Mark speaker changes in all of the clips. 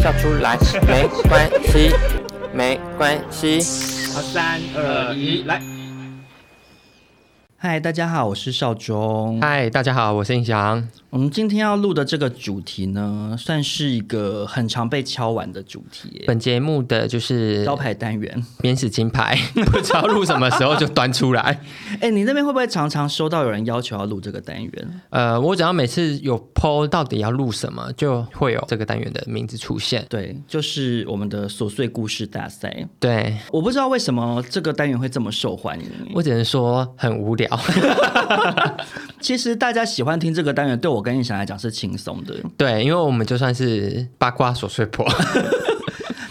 Speaker 1: 笑出来没关系， 没关系。
Speaker 2: 好，三二一，来。嗨，大家好，我是邵忠。
Speaker 3: 嗨，大家好，我是印翔。
Speaker 2: 我们今天要录的这个主题呢，算是一个很常被敲完的主题耶，
Speaker 3: 本节目的就是
Speaker 2: 招牌单元。
Speaker 3: 免死金牌， 不知道录什么时候就端出来。
Speaker 2: 哎，你那边会不会常常收到有人要求要录这个单元？
Speaker 3: 呃，我只要每次有 PO 到底要录什么，就会有这个单元的名字出现。
Speaker 2: 对，就是我们的琐碎故事大赛。
Speaker 3: 对
Speaker 2: 我不知道为什么这个单元会这么受欢迎。
Speaker 3: 我只能说很无聊，
Speaker 2: 其实大家喜欢听这个单元，对我跟印翔来讲是轻松的。
Speaker 3: 对，因为我们就算是八卦琐碎婆，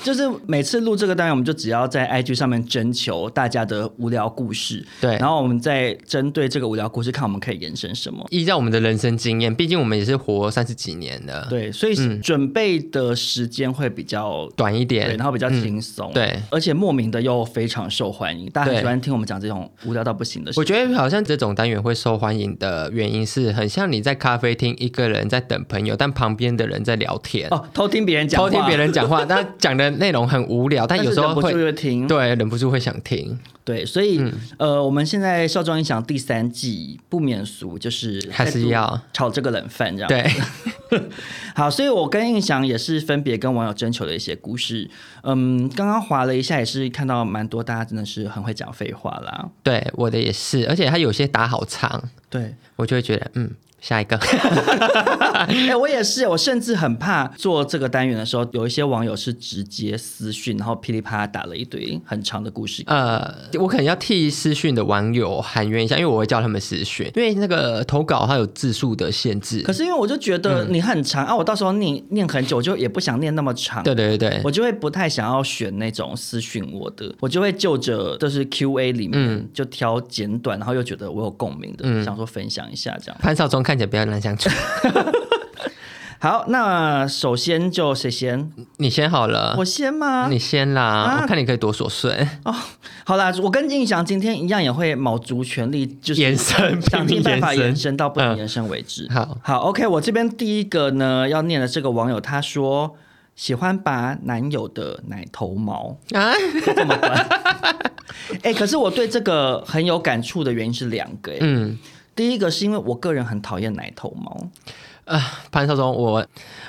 Speaker 2: 就是每次录这个单元，我们就只要在 IG 上面征求大家的无聊故事，
Speaker 3: 对
Speaker 2: 然后我们再针对这个无聊故事，看我们可以延伸什么。
Speaker 3: 依照我们的人生经验，毕竟我们也是活三十几年的，
Speaker 2: 对，所
Speaker 3: 嗯
Speaker 2: 以准备的时间会比较
Speaker 3: 短一
Speaker 2: 对，
Speaker 3: 点
Speaker 2: 然，后比较轻松、
Speaker 3: 嗯对，
Speaker 2: 而且莫名的又非常受欢迎，大家很
Speaker 3: 对
Speaker 2: 喜欢听我们讲这种无聊到不行的事。
Speaker 3: 我觉得好像这种单元会受欢迎的原因是，很像你在咖啡厅一个人在等朋友，但旁边的人在聊天。
Speaker 2: 哦，偷听别人讲，
Speaker 3: 偷听别，人讲话，那讲的内容很无聊，但
Speaker 2: 但
Speaker 3: 有时候
Speaker 2: 是忍不住
Speaker 3: 会嗯
Speaker 2: 就听。
Speaker 3: 对忍不住会想听，
Speaker 2: 对，所以、呃，我们现在《少壮音响》第三季不免俗，就是
Speaker 3: 还是要
Speaker 2: 炒这个冷饭这样。
Speaker 3: 对，
Speaker 2: 好，所以我跟印翔也是分别跟网友征求了一些故事。嗯，刚刚划了一下，也是看到蛮多大家真的是很会讲废话啦。
Speaker 3: 对我的也是，而且他有些打好长，
Speaker 2: 对，
Speaker 3: 我就会觉得嗯，下一个
Speaker 2: 哎、我也是，我甚至很怕做这个单元的时候，有一些网友是直接私讯，然后噼里啪啦打了一堆很长的故事。
Speaker 3: 呃，我可能要替私讯的网友喊冤一下，因为我会叫他们私讯，因为那个投稿它有字数的限制
Speaker 2: 可，是因为我就觉得
Speaker 3: 嗯
Speaker 2: 你很长、啊，我到时候念念很久，我就也不想念那么长。
Speaker 3: 对对对
Speaker 2: 我
Speaker 3: 对，
Speaker 2: 就会不太想要选那种私讯我的，我就会就着就是 Q A 里面、
Speaker 3: 嗯
Speaker 2: 就挑简短，然后又觉得我有共鸣的，想说分享一下这样。
Speaker 3: 潘少忠看起来比较难相处，
Speaker 2: 好，那首先就谁先？
Speaker 3: 你先好了
Speaker 2: 我。先吗？
Speaker 3: 啊你先啦，
Speaker 2: 啊
Speaker 3: 我看你可以多琐碎，
Speaker 2: 好啦，我跟印翔今天一样，也会卯足全力，就是
Speaker 3: 延 伸
Speaker 2: 想尽办法
Speaker 3: 拼命
Speaker 2: 延
Speaker 3: 延
Speaker 2: 伸
Speaker 3: 伸
Speaker 2: 到不能
Speaker 3: 嗯
Speaker 2: 延伸为止。
Speaker 3: 好
Speaker 2: 好，OK，我这边第一个呢要念的这个网友他说。喜欢拔男友的奶 头毛，
Speaker 3: 啊！
Speaker 2: 哎、可是我对这个很有感触的原因是两个、哎、
Speaker 3: 嗯，
Speaker 2: 第一个是因为我个人很讨厌奶头毛，
Speaker 3: 潘少忠，我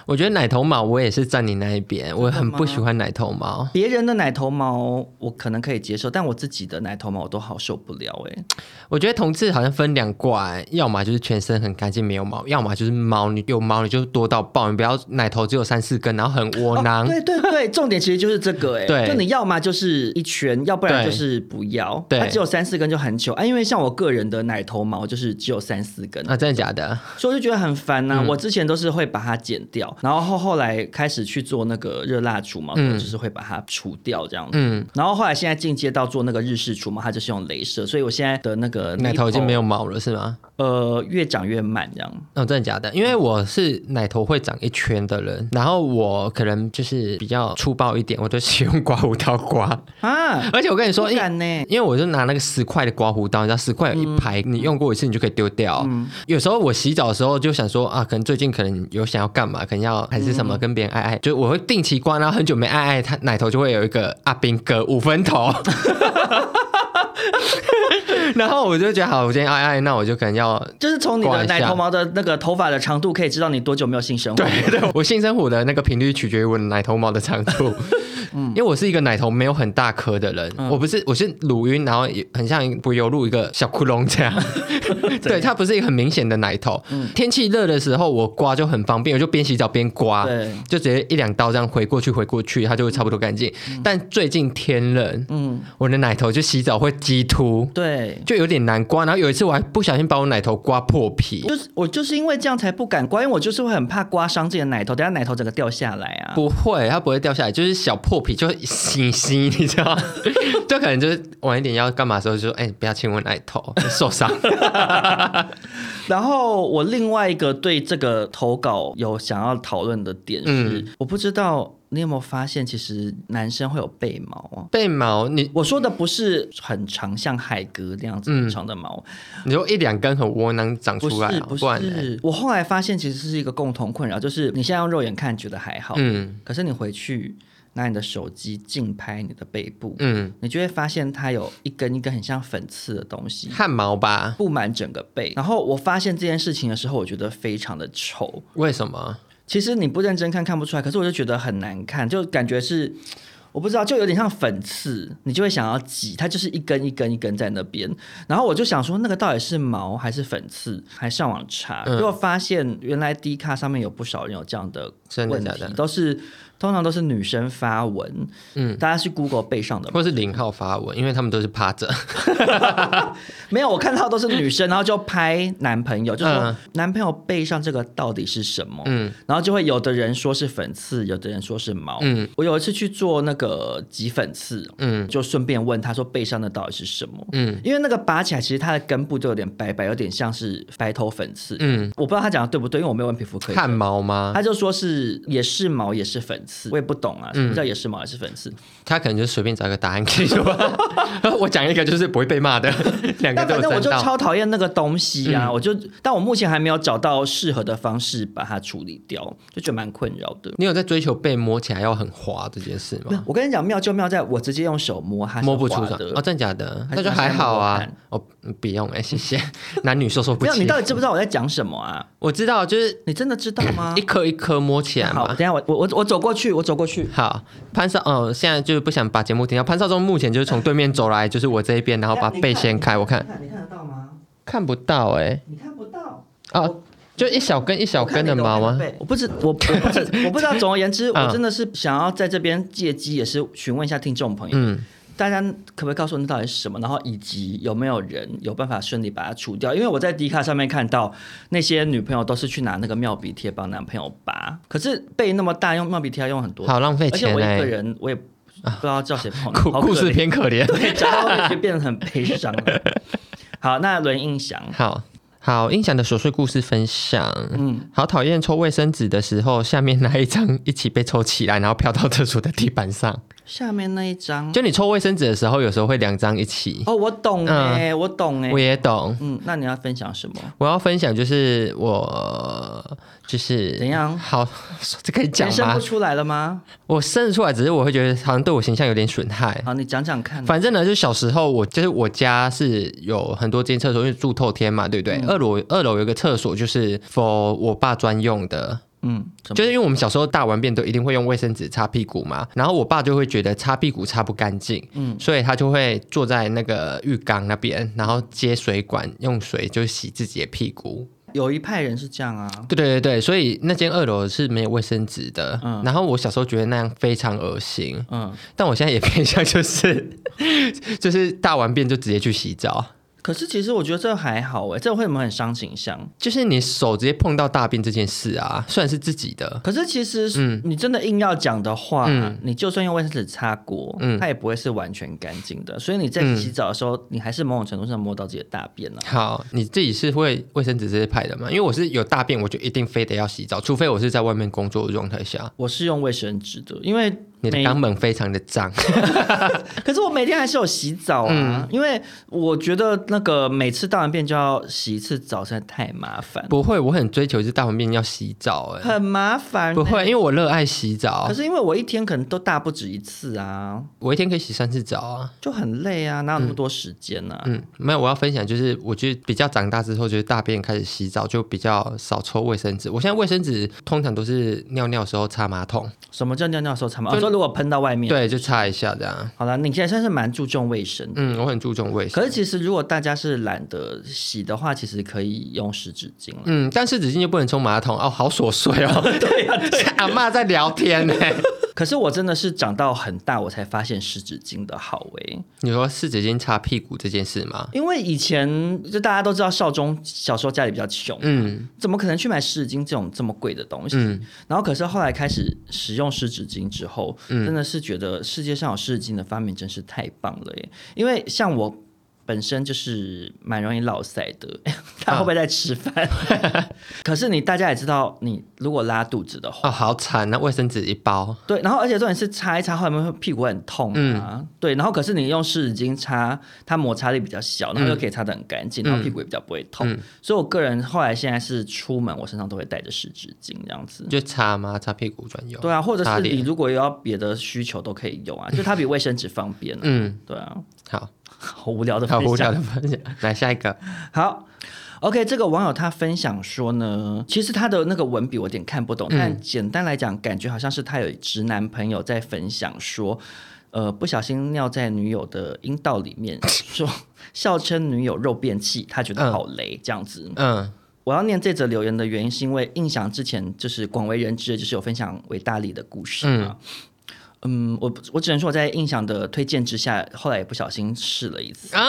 Speaker 3: 我觉得奶头毛我也是站你那一边，我很不喜欢奶头毛。
Speaker 2: 别人的奶头毛我可能可以接受，但我自己的奶头毛我都好受不了哎、
Speaker 3: 我觉得同志好像分两挂，要么就是全身很干净没有毛，要么就是毛你有毛你就多到爆，你不要奶头只有三四根，然后很窝囊。
Speaker 2: 哦对对对，重点其实就是这个哎、
Speaker 3: 对
Speaker 2: 就你要嘛就是一圈，要不然
Speaker 3: 对
Speaker 2: 就是不要。
Speaker 3: 对
Speaker 2: 它只有三四根就很糗啊，因为像我个人的奶头毛就是只有三四根，
Speaker 3: 啊，真的假的？
Speaker 2: 所以我就觉得很烦呐、
Speaker 3: 嗯
Speaker 2: 我之前都是会把它剪掉，然后后后来开始去做那个热蜡除毛，我就是会把它除掉这样子。
Speaker 3: 嗯
Speaker 2: 然后后来现在进阶到做那个日式除毛，它就是用镭射，所以我现在的那个
Speaker 3: 奶头已经没
Speaker 2: 有
Speaker 3: 有毛了是吗？
Speaker 2: 呃越长越慢这样。
Speaker 3: 哦，真的假的？因为我是奶头会长一圈的人，然后我可能就是比较粗暴一点，我就使用刮胡刀刮。
Speaker 2: 啊，
Speaker 3: 而且我跟你说，
Speaker 2: 不
Speaker 3: 因
Speaker 2: 敢呢
Speaker 3: 因为我就拿那个十块的刮胡刀，你知道十块有一排，你用过一次你就可以丢掉。有时候我洗澡的时候就想说啊，可能最近可能有想要干嘛，可能要还是什么跟别人爱爱，就我会定期刮，然后很久没爱爱，他奶头就会有一个阿兵哥五分头。 然后我就觉得好，我今天爱爱，那我就可能要
Speaker 2: 就是从你
Speaker 3: 刮
Speaker 2: 的
Speaker 3: 一下
Speaker 2: 奶头毛的那个头发的长度，可以知道你多久没有性生活。
Speaker 3: 对对， 我性生活的那个频率取决于我的奶头毛的长度。因为我是一个奶头没有很大颗的人，我不是我是乳晕，然后也很像柏油路一个小窟窿这样。 对，它不是一个很明显的奶头。天气热的时候，我刮就很方便，我就边洗澡边刮，
Speaker 2: 对
Speaker 3: 就直接一两刀这样回过去回过去，它就会差不多干净。但最近天冷，嗯，我的奶头就洗澡会会激凸，
Speaker 2: 对，
Speaker 3: 就有点难刮。然后有一次我还不小心把我奶头刮破皮，
Speaker 2: 就是我就是因为这样才不敢刮，因为我就是会很怕刮伤自己的奶头，等下奶头整个掉下来啊。
Speaker 3: 不会，它不会掉下来，就是小破皮就会醒醒，你知道 吗？就可能就是晚一点要干嘛的时候就说，哎、不要亲我奶头，会受 伤。
Speaker 2: 然后我另外一个对这个投稿有想要讨论的点是，
Speaker 3: 嗯
Speaker 2: 我不知道你有没有发现，其实男生会有背毛啊。
Speaker 3: 被毛，你
Speaker 2: 我说的不是很长，像海哥那样子很长的毛，
Speaker 3: 你说一两根很窝囊长
Speaker 2: 不
Speaker 3: 嗯出来
Speaker 2: 是
Speaker 3: 哦，
Speaker 2: 不
Speaker 3: 不然嘞，
Speaker 2: 是。我后来发现，其实是一个共同困扰，就是你现在用肉眼看觉得还好，
Speaker 3: 嗯
Speaker 2: 可是你回去拿你的手机近拍你的背部，
Speaker 3: 嗯，
Speaker 2: 你就会发现它有一根一根很像粉刺的东西，
Speaker 3: 汗毛吧？
Speaker 2: 布满整个背。然后我发现这件事情的时候，我觉得非常的丑。
Speaker 3: 为什么？
Speaker 2: 其实你不认真看看不出来，可是我就觉得很难看，就感觉是。我不知道，就有点像粉刺，你就会想要挤，它就是一根一根一根在那边。然后我就想说，那个到底是毛还是粉刺？还上网查，
Speaker 3: 嗯
Speaker 2: 结果发现原来 D 卡上面有不少人有这样的
Speaker 3: 真的
Speaker 2: 问题，
Speaker 3: 假的
Speaker 2: 都是通常都是女生发文，
Speaker 3: 嗯
Speaker 2: 嗯，大家去 Google 背上的嘛
Speaker 3: 或是零号发文，因为他们都是趴着。
Speaker 2: 没有，我看到都是女生，然后就拍男朋友，就说
Speaker 3: 嗯
Speaker 2: 男朋友背上这个到底是什么？
Speaker 3: 嗯
Speaker 2: 然后就会有的人说是粉刺，有的人说是毛。
Speaker 3: 嗯
Speaker 2: 我有一次去做那个挤粉刺，
Speaker 3: 嗯
Speaker 2: 就顺便问他说背上的到底是什么？
Speaker 3: 嗯
Speaker 2: 因为那个拔起来，其实它的根部就有点白白，有点像是白头粉刺。
Speaker 3: 嗯，
Speaker 2: 我不知道他讲的对不对，因为我没有问皮肤科医生
Speaker 3: 汗毛吗？
Speaker 2: 他就说是也是毛也是粉刺，我也不懂
Speaker 3: 嗯
Speaker 2: 啊，什么叫也是毛也是粉刺？
Speaker 3: 他可能就随便找一个答案给你说。 我讲一个就是不会被骂的，两个嗯
Speaker 2: 但
Speaker 3: 都
Speaker 2: 反正我
Speaker 3: 有
Speaker 2: 就
Speaker 3: 沾到。
Speaker 2: 超讨厌那个东西啊！我就，但我目前还没有找到适合的方式把它处理掉，就觉得蛮困扰的。
Speaker 3: 你有在追求被摸起来要很滑这件事
Speaker 2: 没有
Speaker 3: 吗？
Speaker 2: 我跟你讲，妙就妙在我直接用手摸它是
Speaker 3: 摸不出
Speaker 2: 滑
Speaker 3: 的
Speaker 2: 的。
Speaker 3: 哦，真假的？
Speaker 2: 还
Speaker 3: 那
Speaker 2: 是
Speaker 3: 就还好
Speaker 2: 还
Speaker 3: 啊
Speaker 2: 是。
Speaker 3: 哦，不用哎，谢谢。 男女授受不
Speaker 2: 没有，你
Speaker 3: 亲
Speaker 2: 到。底知不知道我在讲什么啊？
Speaker 3: 我知道，就是
Speaker 2: 你真的知道吗
Speaker 3: 一？颗一颗摸起来
Speaker 2: 好，
Speaker 3: 嘛
Speaker 2: 等一。下我我我我走过去，我走过去。
Speaker 3: 好，潘少，哦，现在就是不想把节目停掉。潘少忠目前就是从对面走来，就是我这一边，然后
Speaker 2: 哎
Speaker 3: 把背掀开，我看
Speaker 2: 看你看得到吗？
Speaker 3: 看不到哎、
Speaker 2: 你看不到。
Speaker 3: 啊，就一小根一小根的毛啊吗？
Speaker 2: 嗯我不知我我不 知我不知道。总而言之，
Speaker 3: 嗯
Speaker 2: 我真的是想要在这边借机也是询问一下听众朋友，
Speaker 3: 嗯
Speaker 2: 大家可不可以告诉我那到底是什么？然后以及有没有人有办法顺利把它除掉？因为我在迪卡上面看到那些女朋友都是去拿那个妙笔贴帮男朋友拔，可是背那么大，用妙笔贴要用很多，
Speaker 3: 好浪费
Speaker 2: 而且
Speaker 3: 钱
Speaker 2: 我
Speaker 3: 哎、
Speaker 2: 一个人我也不知道叫谁碰，
Speaker 3: 故
Speaker 2: 好
Speaker 3: 故
Speaker 2: 可
Speaker 3: 事
Speaker 2: 怜，
Speaker 3: 偏可怜。
Speaker 2: 对讲到后面就变得很悲伤 了。好，那轮印象，
Speaker 3: 好好，印象的琐碎故事分享。
Speaker 2: 嗯，
Speaker 3: 好讨厌抽卫生纸的时候，下面那一张一起被抽起来，然后飘到厕所的地板上。
Speaker 2: 下面那 一张，
Speaker 3: 就你抽卫生纸的时候，有时候会两张一起。
Speaker 2: 哦，我懂
Speaker 3: 嗯
Speaker 2: 哎、我懂哎、
Speaker 3: 我也懂。
Speaker 2: 嗯，那你要分享什么？
Speaker 3: 我要分享就是我就是
Speaker 2: 怎样
Speaker 3: 好， 这可以讲
Speaker 2: 人生
Speaker 3: 吗
Speaker 2: 不？出来了吗？
Speaker 3: 我生得出来，只是我会觉得好像对我形象有点损害。
Speaker 2: 好，你讲讲看。
Speaker 3: 反正呢，就是小时候我就是我家是有很多间厕所，因为住透天嘛，对不
Speaker 2: 嗯
Speaker 3: 对？二楼二楼有一个厕所就是 for 我爸专用的，
Speaker 2: 嗯，怎么
Speaker 3: 就是因为我们小时候大完便都一定会用卫生纸擦屁股嘛，然后我爸就会觉得擦屁股擦不干净，嗯，所以他就会坐在那个浴缸那边，然后接水管用水就洗自己的屁股。
Speaker 2: 有一派人是这样啊，
Speaker 3: 对对对对，所以那间二楼是没有卫生纸的。
Speaker 2: 嗯
Speaker 3: 然后我小时候觉得那样非常恶心，
Speaker 2: 嗯，
Speaker 3: 但我现在也偏向就是 就是大完便就直接去洗澡，
Speaker 2: 可是其实我觉得这还好哎，这会不会很伤形象？
Speaker 3: 就是你手直接碰到大便这件事啊，虽然是自己的，
Speaker 2: 可是其实
Speaker 3: 嗯
Speaker 2: 你真的硬要讲的话，
Speaker 3: 嗯
Speaker 2: 你就算用卫生纸擦过，
Speaker 3: 嗯
Speaker 2: 它也不会是完全干净的。所以你在
Speaker 3: 嗯
Speaker 2: 洗澡的时候，你还是某种程度上摸到自己的大便了、啊。
Speaker 3: 好，你自己是会卫生纸这些派的吗？因为我是有大便，我就一定非得要洗澡，除非我是在外面工作的状态下，
Speaker 2: 我是用卫生纸的，因为
Speaker 3: 你的
Speaker 2: 每
Speaker 3: 肛门非常的脏。
Speaker 2: 可是我每天还是有洗澡啊，
Speaker 3: 嗯
Speaker 2: 因为我觉得那个每次大完便就要洗一次澡，实在太麻烦，
Speaker 3: 不会，我很追求是大完便要洗澡、 哎，
Speaker 2: 很麻烦、哎
Speaker 3: 不会，因。为我热爱洗澡
Speaker 2: 可，是因为我一天可能都大不止一次啊，
Speaker 3: 我一天可以洗三次澡啊。
Speaker 2: 就很累啊，哪有那么多时间呢、啊？
Speaker 3: 嗯，没有，我要分享就是，我觉得比较长大之后，就是大便开始洗澡就比较少抽卫生纸。我现在卫生纸通常都是尿尿的时候擦马桶，
Speaker 2: 什么叫尿尿的时候擦吗？我、
Speaker 3: 就
Speaker 2: 哦、说如果喷到外面，，
Speaker 3: 对，就擦一下这样。
Speaker 2: 好了，你现在算是蛮注重卫生的。
Speaker 3: 嗯，我很注重卫生
Speaker 2: 可。是其实如果大家是懒得洗的话，其实可以用湿纸巾了。 啊
Speaker 3: 嗯，但是纸巾就不能冲马桶哦，好琐碎哦。对呀、阿嬷在聊天呢、
Speaker 2: 可是我真的是长到很大，我才发现湿纸巾的好诶、
Speaker 3: 你说湿纸巾擦屁股这件事吗？
Speaker 2: 因为以前就大家都知道少中小时候家里比较穷，
Speaker 3: 嗯
Speaker 2: 怎么可能去买湿纸巾这种这么贵的东西？
Speaker 3: 嗯，
Speaker 2: 然后可是后来开始使用湿纸巾之后，
Speaker 3: 嗯
Speaker 2: 真的是觉得世界上有湿纸巾的发明真是太棒了耶！因为像我本身就是蛮容易落塞的， 他会不会在吃饭？ 可是你大家也知道，你如果拉肚子的话，
Speaker 3: 哦，好惨，那卫生纸一包，
Speaker 2: 对，然后而且重点是擦一擦，后面会屁股会很痛啊。
Speaker 3: 嗯
Speaker 2: 对，然后可是你用湿纸巾擦，它摩擦力比较小，然后又可以擦得很干净，然后屁股也比较不会痛。
Speaker 3: 嗯
Speaker 2: 所以我个人后来现在是出门，我身上都会带着湿纸巾这样子。
Speaker 3: 就擦吗？擦屁股专用。
Speaker 2: 对啊，或者
Speaker 3: 擦
Speaker 2: 是
Speaker 3: 脸
Speaker 2: 你如果有要别的需求都可以用啊，就它比卫生纸方便、啊。
Speaker 3: 嗯，
Speaker 2: 对啊，
Speaker 3: 好，
Speaker 2: 好无聊的
Speaker 3: 好
Speaker 2: 分
Speaker 3: 无聊
Speaker 2: 享。
Speaker 3: 的分享，来下一个，
Speaker 2: 好，OK，这个网友他分享说呢，其实他的那个文笔我有点看不懂，但简单来讲，感觉好像是他有直男朋友在分享说，呃，不小心尿在女友的阴道里面，说笑称女友肉变器，他觉得
Speaker 3: 嗯
Speaker 2: 好雷、这样子。
Speaker 3: 嗯
Speaker 2: 我要念这则留言的原因，是因为印象之前就是广为人知，就是有分享伟大力的故事嘛。嗯我我只能说我在印象的推荐之下，后来也不小心试了一次。
Speaker 3: 啊，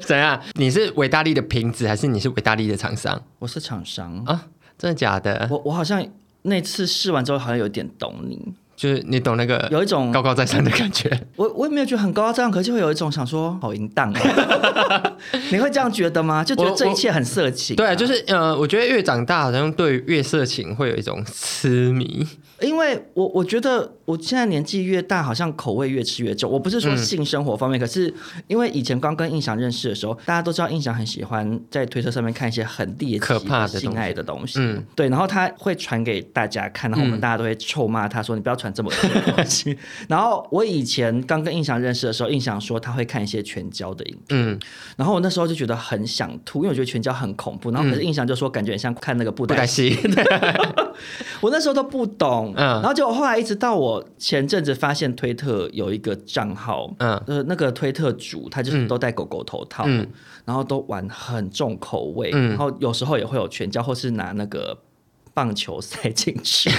Speaker 3: 怎样？你是伟大力的瓶子，还是你是伟大力的厂商
Speaker 2: 我是厂商，
Speaker 3: 啊？真的假的？
Speaker 2: 我我好像那次试完之后，好像有点懂你，
Speaker 3: 就是你懂那个
Speaker 2: 有一种
Speaker 3: 高高在上的感觉，
Speaker 2: 我我也没有觉得很高这样，可是会有一种想说好淫荡、哦， 你会这样觉得吗？就觉得
Speaker 3: 我
Speaker 2: 这一切很色情、
Speaker 3: 对，就是呃，我觉得越长大，好像对越色情会有一种痴迷。
Speaker 2: 因为我我觉得我现在年纪越大，好像口味越吃越重。我不是
Speaker 3: 嗯
Speaker 2: 说性生活方面，可是因为以前刚跟印象认识的时候，大家都知道印象很喜欢在推特上面看一些很猎奇
Speaker 3: 可怕的东西
Speaker 2: 性爱的东西，
Speaker 3: 嗯
Speaker 2: 对，然后他会传给大家看，然后我们大家都会臭骂他说你不要传这么多的 东西。然后我以前刚跟印象认识的时候，印象说他会看一些全交的影片
Speaker 3: 嗯，
Speaker 2: 然后我那时候就觉得很想吐，因为我觉得全交很恐怖。然后可是
Speaker 3: 嗯
Speaker 2: 印象就说感觉很像看那个布
Speaker 3: 不
Speaker 2: 袋
Speaker 3: 该
Speaker 2: 戏，
Speaker 3: 吸。
Speaker 2: 我那时候都不懂。
Speaker 3: 嗯
Speaker 2: 然后结果后来一直到我前阵子发现推特有一个账号，
Speaker 3: 嗯
Speaker 2: 呃，那个推特主他就是都戴狗狗头套，
Speaker 3: 嗯
Speaker 2: 然后都玩很重口味，
Speaker 3: 嗯
Speaker 2: 然后有时候也会有拳交或是拿那个棒球塞进 去。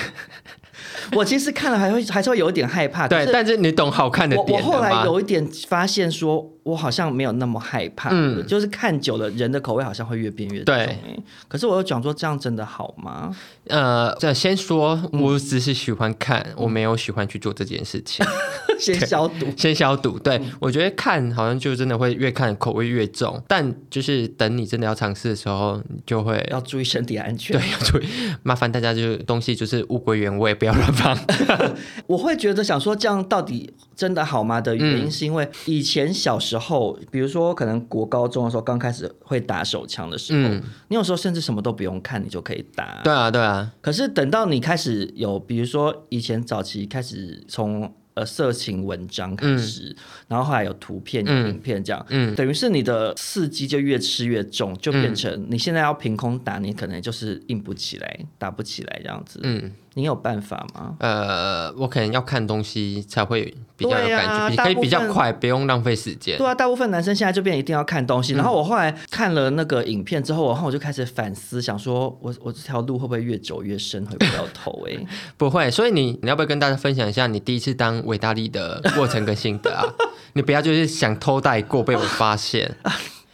Speaker 2: 我其实看了还会还是会有一点害 怕，
Speaker 3: 对，
Speaker 2: 啊可是
Speaker 3: 但是你懂好看的
Speaker 2: 我我
Speaker 3: 点
Speaker 2: 后
Speaker 3: 了
Speaker 2: 来
Speaker 3: 吗？
Speaker 2: 有一点发现说，我好像没有那么害怕，
Speaker 3: 嗯
Speaker 2: 就是看久了，人的口味好像会越变越重、
Speaker 3: 对
Speaker 2: 欸。可是我又讲说这样真的好吗？
Speaker 3: 呃，这先说，我只是喜欢看，
Speaker 2: 嗯
Speaker 3: 我没有喜欢去做这件事情。
Speaker 2: 先消毒。
Speaker 3: 先消毒。对、
Speaker 2: 嗯
Speaker 3: 我觉得看好像就真的会越看口味越重，但就是等你真的要尝试的时候，你就会
Speaker 2: 要注意身体安全。
Speaker 3: 对，要注意。麻烦大家就是东西就是物归原位，不要乱放。
Speaker 2: 我会觉得想说这样到底真的好吗的
Speaker 3: 嗯
Speaker 2: 原因，是因为以前小时候，比如说可能国高中的时候，刚开始会打手枪的时候，
Speaker 3: 嗯
Speaker 2: 你有时候甚至什么都不用看，你就可以打。
Speaker 3: 对啊，对啊，
Speaker 2: 可是等到你开始有，比如说以前早期开始从呃色情文章开始，然后后来有图片、有
Speaker 3: 嗯
Speaker 2: 影片这样，
Speaker 3: 嗯
Speaker 2: 等于是你的刺激就越吃越重，就变成你现在要凭空打，你可能就是硬不起来，打不起来这样子。
Speaker 3: 嗯
Speaker 2: 你有办法吗？
Speaker 3: 呃，我可能要看东西才会比较有感觉，
Speaker 2: 对啊
Speaker 3: 比
Speaker 2: 大
Speaker 3: 可以
Speaker 2: 部
Speaker 3: 比
Speaker 2: 分
Speaker 3: 较快，不用浪费时 间
Speaker 2: 对。啊，大部分男生现在就变一定要看东西。
Speaker 3: 嗯
Speaker 2: 然后我后来看了那个影片之后，然后我就开始反思，想说我我这条路会不会越走越深，回不到头、欸？ 哎，
Speaker 3: 不会，所以你你要不要跟大家分享一下你第一次当伟大力的过程跟心得啊？ 你不要就是想偷带过被我发 现，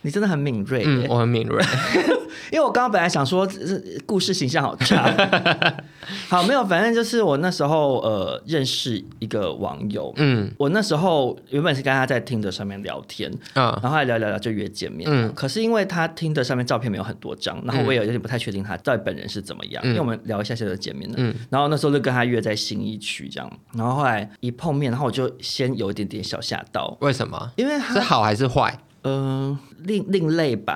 Speaker 2: 你真的很敏锐、欸。
Speaker 3: 嗯，我很敏锐，
Speaker 2: 因为我刚刚本来想说，这这故事形象好差。 好，没有，反正就是我那时候呃认识一个网友，
Speaker 3: 嗯
Speaker 2: 我那时候原本是跟他在听的上面聊天，
Speaker 3: 啊
Speaker 2: 然后后来聊聊聊就约见面。啊
Speaker 3: 嗯
Speaker 2: 可是因为他听的上面照片没有很多张，然后我也有点不太确定他到底本人是怎么样，因为我们聊一下下就见面了。
Speaker 3: 嗯
Speaker 2: 然后那时候就跟他约在新一区这样，然后后来一碰面，然后我就先有一点点小吓到，
Speaker 3: 为什么？
Speaker 2: 因为
Speaker 3: 是
Speaker 2: 他
Speaker 3: 好还是坏？
Speaker 2: 嗯，另另类 吧，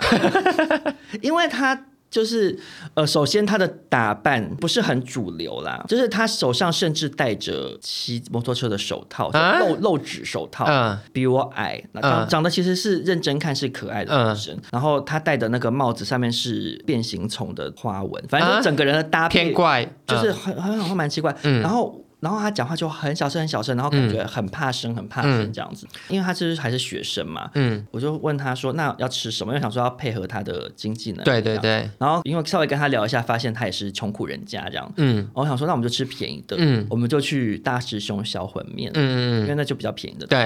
Speaker 2: 因为他就是呃，首先他的打扮不是很主流啦，就是他手上甚至戴着骑摩托车的手套，就
Speaker 3: 啊
Speaker 2: 露露指手套。
Speaker 3: 嗯
Speaker 2: 比我矮，那长
Speaker 3: 嗯
Speaker 2: 长得其实是认真看是可爱的女生，然后他戴的那个帽子上面是变形虫的花纹，反正就
Speaker 3: 啊
Speaker 2: 整个人的搭配
Speaker 3: 偏怪，
Speaker 2: 就是
Speaker 3: 嗯
Speaker 2: 很很好像蛮奇怪。然后。然后他讲话就很小声很小声，然后
Speaker 3: 嗯
Speaker 2: 感觉很怕生、很怕生这样子，因为他其实还是学生嘛，
Speaker 3: 嗯，
Speaker 2: 我就问他说那要吃什么，因为想说要配合他的经济能力，
Speaker 3: 嗯对对。对，
Speaker 2: 然后因为稍微跟他聊一下，发现他也是穷苦人家这样，
Speaker 3: 嗯
Speaker 2: 我想说那我们就吃便宜的，
Speaker 3: 嗯
Speaker 2: 我们就去大师兄小混面，因
Speaker 3: 嗯嗯
Speaker 2: 为
Speaker 3: 嗯，
Speaker 2: 那就比较便宜的。
Speaker 3: 对，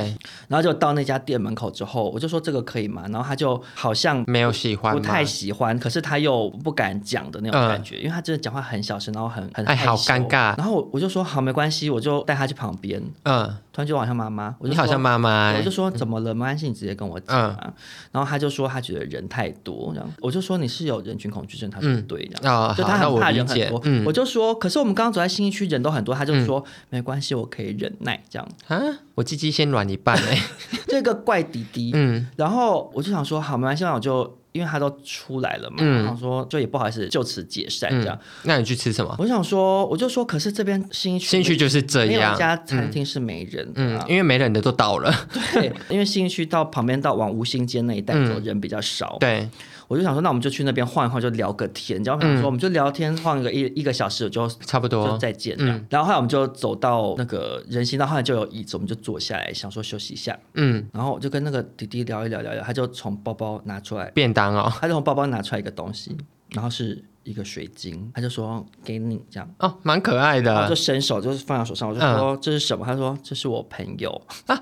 Speaker 2: 然后就到那家店门口之后，我就说这个可以吗？然后他就好像
Speaker 3: 没有喜欢
Speaker 2: 不
Speaker 3: 吗，
Speaker 2: 太喜欢，可是他又不敢讲的那种
Speaker 3: 嗯
Speaker 2: 感觉，因为他真的讲话很小声，然后很很
Speaker 3: 哎
Speaker 2: 害
Speaker 3: 好
Speaker 2: 羞
Speaker 3: 尴尬
Speaker 2: 然后我我就说好，没关系，我就带他去旁边。
Speaker 3: 嗯，
Speaker 2: 突然就好像妈妈，我就
Speaker 3: 你好
Speaker 2: 说
Speaker 3: 像嗯妈妈
Speaker 2: 我
Speaker 3: 欸
Speaker 2: 就，说怎么了？没关系，你直接跟我讲啊。然后他就说他觉得人太多，这样我就说你是有人群恐惧症，他说
Speaker 3: 嗯
Speaker 2: 对，这样。
Speaker 3: 哦，
Speaker 2: 就
Speaker 3: 好
Speaker 2: 他
Speaker 3: 那
Speaker 2: 很
Speaker 3: 我
Speaker 2: 怕
Speaker 3: 理
Speaker 2: 人很
Speaker 3: 解
Speaker 2: 多，，
Speaker 3: 嗯
Speaker 2: 我就说，可是我们刚刚走在新一区人都很多，他就说、没关系，我可以忍耐这样。
Speaker 3: 啊，我鸡鸡先软一半哎，
Speaker 2: 这个怪弟弟，
Speaker 3: 嗯
Speaker 2: 然后我就想说，好，没关系，那我就因为他都出来了嘛，
Speaker 3: 嗯
Speaker 2: 我想说就也不好意思就此解散这样。
Speaker 3: 嗯，那你去吃什么？
Speaker 2: 我就想说，我就说，可是这边新一区
Speaker 3: 兴趣就是这
Speaker 2: 没有
Speaker 3: 样
Speaker 2: 一，家餐厅是没人的、
Speaker 3: 嗯
Speaker 2: 啊，，
Speaker 3: 因为没人的都到了，
Speaker 2: 对，因为新一区到旁边到往吴兴街那一带
Speaker 3: 嗯
Speaker 2: 走人比较少，
Speaker 3: 对，
Speaker 2: 我就想说，那我们就去那边晃一晃，就聊个天，然后想
Speaker 3: 嗯
Speaker 2: 说我们就聊天晃个一一个小时，我就
Speaker 3: 差不
Speaker 2: 就
Speaker 3: 多，
Speaker 2: 再见这样。
Speaker 3: 嗯
Speaker 2: 然后后来我们就走到那个人行道，后来就有椅子，我们就坐下来想说休息一下，
Speaker 3: 嗯，
Speaker 2: 然后我就跟那个弟弟聊一聊聊一聊，他就从包包拿出来，
Speaker 3: 便当哦，
Speaker 2: 他就从包包拿出来一个东西，然后是一个水晶，他就说给你这样。
Speaker 3: 哦，蛮可爱
Speaker 2: 然后啊就
Speaker 3: 的，
Speaker 2: 伸手就是放在手上，我就
Speaker 3: 嗯
Speaker 2: 说哦这是什么？他说这是我朋友。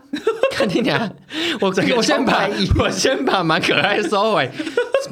Speaker 3: 看你 俩，我
Speaker 2: 整个
Speaker 3: 我先把
Speaker 2: 超满意
Speaker 3: 我先把蛮可爱收尾，